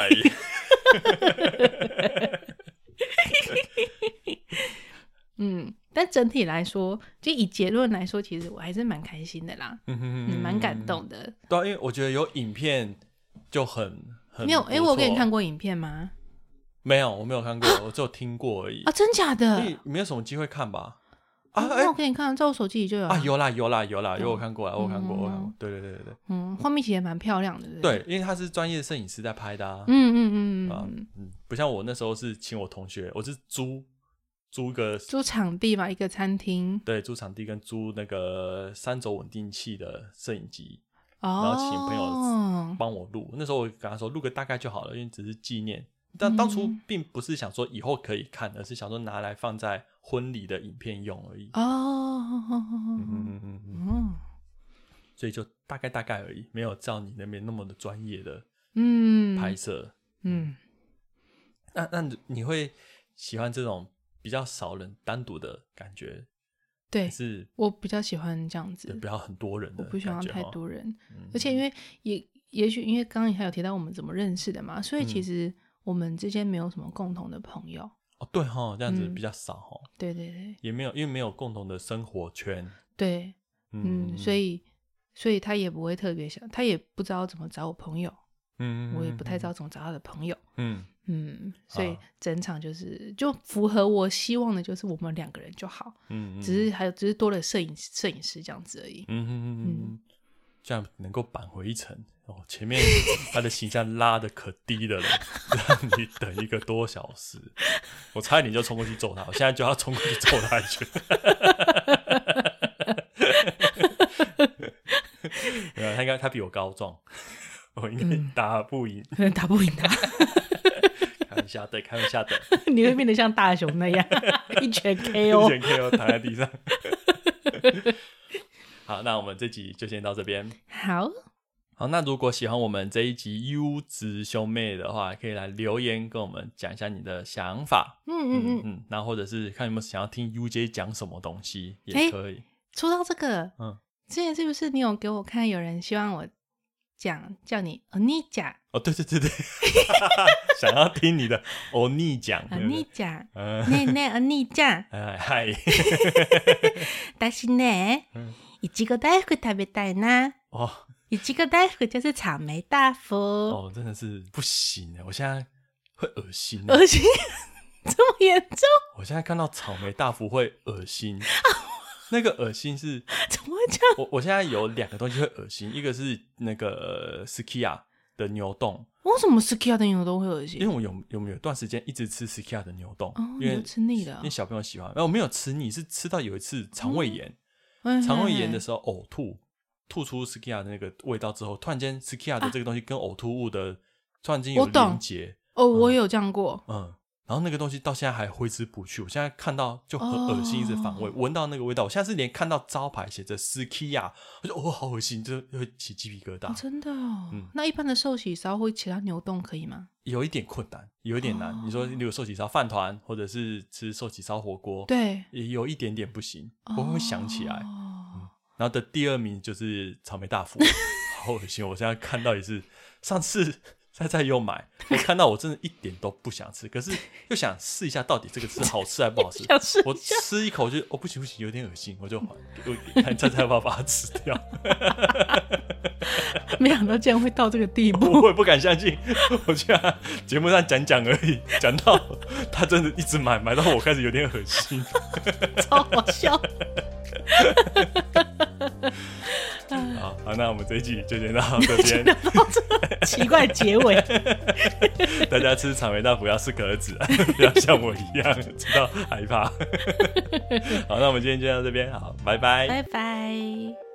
S2: 嗯，但整体来说，就以结论来说，其实我还是蛮开心的啦，
S1: 嗯 哼
S2: 嗯，蛮感。动的。
S1: 对啊、因为我觉得有影片就很很
S2: 你有哎、
S1: 哎，
S2: 我有给你看过影片吗？
S1: 没有？我没有看过，我只有听过而已
S2: 啊，。真假的？
S1: 你没有什么机会看吧？啊
S2: 嗯
S1: 哎
S2: 那我给你看，在我手机里就有
S1: 啊，有啦有啦有啦，有我
S2: 嗯
S1: 看过啦，我啊有看过，我有看过
S2: 嗯。
S1: 对对对对对。
S2: 嗯，画面其实也蛮漂亮的，对不对？
S1: 对，因为他是专业摄影师在拍的啊，
S2: 嗯嗯嗯
S1: 啊
S2: 嗯嗯，
S1: 嗯，不像我那时候是请我同学，我是租租个
S2: 租场地嘛，一个餐厅，
S1: 对租场地跟租那个三轴稳定器的摄影机后
S2: 哦，
S1: 请朋友帮我录。那时候我跟他说录个大概就好了，因为只是纪念。但当初
S2: 嗯
S1: 并不是想说以后可以看，而是想说拿来放在婚礼的影片用而已。嗯嗯
S2: 哦，
S1: 嗯嗯嗯，
S2: 嗯
S1: 所以就大概大概而已，没有照你那边那么的专业的
S2: 嗯，
S1: 拍摄。
S2: 嗯，
S1: 那那你你会喜欢这种比较少人单独的感觉，还
S2: 对
S1: 是
S2: 我比较喜欢这样
S1: 对
S2: 子
S1: 不，要很多人
S2: 我
S1: 的
S2: 不喜欢
S1: 感觉
S2: 太
S1: 哈，
S2: 多人，
S1: 嗯
S2: 而且因为也也许因为刚刚你还有提到我们怎么认识的嘛，所以其
S1: 嗯
S2: 实我们之间没有什么共同的朋友，
S1: 哦对哈，这样子
S2: 嗯
S1: 比较少哈，
S2: 对对对
S1: 也没有因为没有共同的生活圈，
S2: 对，嗯，所以所以他也不会特别想，他也不知道怎么找我朋友，
S1: 嗯
S2: 我也不太知
S1: 道，
S2: 道怎么找他的朋友。
S1: 嗯，
S2: 嗯，所以
S1: 啊
S2: 整场就是就符合我希望的，就是我们两个人就好，
S1: 嗯嗯，
S2: 只是还有只是多了摄影摄影师这样子而已。
S1: 嗯嗯嗯嗯
S2: 嗯
S1: 嗯，这样能够扳回一城哦。前 面他的形象拉的可低的了， 让你等一个多小时，我差一点就冲过去揍他，我现在就要冲过去揍他一拳。 没啊有，他应该他比我高壮， 我应该打不赢。
S2: 可能打不赢他，
S1: 开玩笑的，开玩笑的，
S2: 你会变得像大雄那样 一拳
S1: 一
S2: KO。
S1: 拳 KO 躺在地上。 好，那我们这集就先到这边。
S2: 好，
S1: 好，那如果喜欢我们这一集优质兄妹的话，可以来留言跟我们讲一下你的想法。
S2: 嗯嗯嗯。
S1: 嗯，那或者是看有没有想要听 UJ 讲什么东西
S2: 哎
S1: 也可以。
S2: 说到这个，
S1: 嗯，
S2: 之前是不是你有给我看有人希望我讲叫你欧尼甲
S1: 哦，对对对 对，想要听你的欧尼讲，
S2: 欧
S1: 对不
S2: 尼
S1: 对？
S2: 甲
S1: 嗯，
S2: ねえねえお兄ちゃん
S1: 哎嗨，
S2: 私ね
S1: 嗯
S2: いちご大福食べたいな
S1: 哦
S2: いちご大福就是草莓大福。
S1: 哦，真的是不行啊！我现在会恶心啊，
S2: 恶心，这么严重？
S1: 我现在看到草莓大福会恶 心，那个恶心是
S2: 怎么会这样？
S1: 我我现在有两个东西会恶心，一个是那个 Skia 的牛冻，
S2: 为什么 ski 的牛都会恶
S1: 因为
S2: 心？
S1: 我有有没有一段时间一直吃 Skia 的牛冻，
S2: 哦，
S1: 因
S2: 你
S1: 为
S2: 都吃腻了
S1: 因为小朋友喜欢，然后我没有吃腻，是吃到有一次肠胃炎，
S2: 哦，
S1: 肠胃炎的
S2: 嘿
S1: 时候呕吐，吐出 Skia 的那个味道之后，突然间 Skia 的这个东西跟呕吐物的、突然间有
S2: 啊我懂
S1: 连结，
S2: 嘿哦，我有这样过，
S1: 嗯。然后那个东西到现在还挥之不去，我现在看到就很恶心，
S2: 哦
S1: 一直反胃，闻到那个味道，我现在是连看到招牌写着 Skia，我就哦好恶心，就会起鸡皮疙瘩。
S2: 哦真的哦
S1: 嗯。
S2: 那一般的寿喜烧会其他牛冻可以吗？
S1: 有一点困难，有一点难。
S2: 哦
S1: 你说，例如寿喜烧饭团，或者是吃寿喜烧火锅，，
S2: 对，
S1: 也有一点点不行，我会想起来。
S2: 哦。
S1: 然后的第二名就是草莓大福，好恶心！我现在看到也是，上次 菜菜又买，我看到我真的一点都不想吃，可是又想试一下到底这个是好吃还不好吃
S2: 想吃
S1: 我吃一口就哦不行不行，有点恶心，我就 我看菜菜要不要把它吃掉？
S2: 没想到竟然会到这个地 步。
S1: 我也不敢相信，我居然节目上讲讲而已，讲到他真的一直买，买到我开始有点恶 心。
S2: 超好笑。
S1: 好，好，那我们这一集就先到这 边，
S2: 奇怪结尾，
S1: 大家吃草莓大福要适可而止， 不要像我一样吃 到害怕。好，那我们今天就到这边，好，拜拜
S2: 拜拜。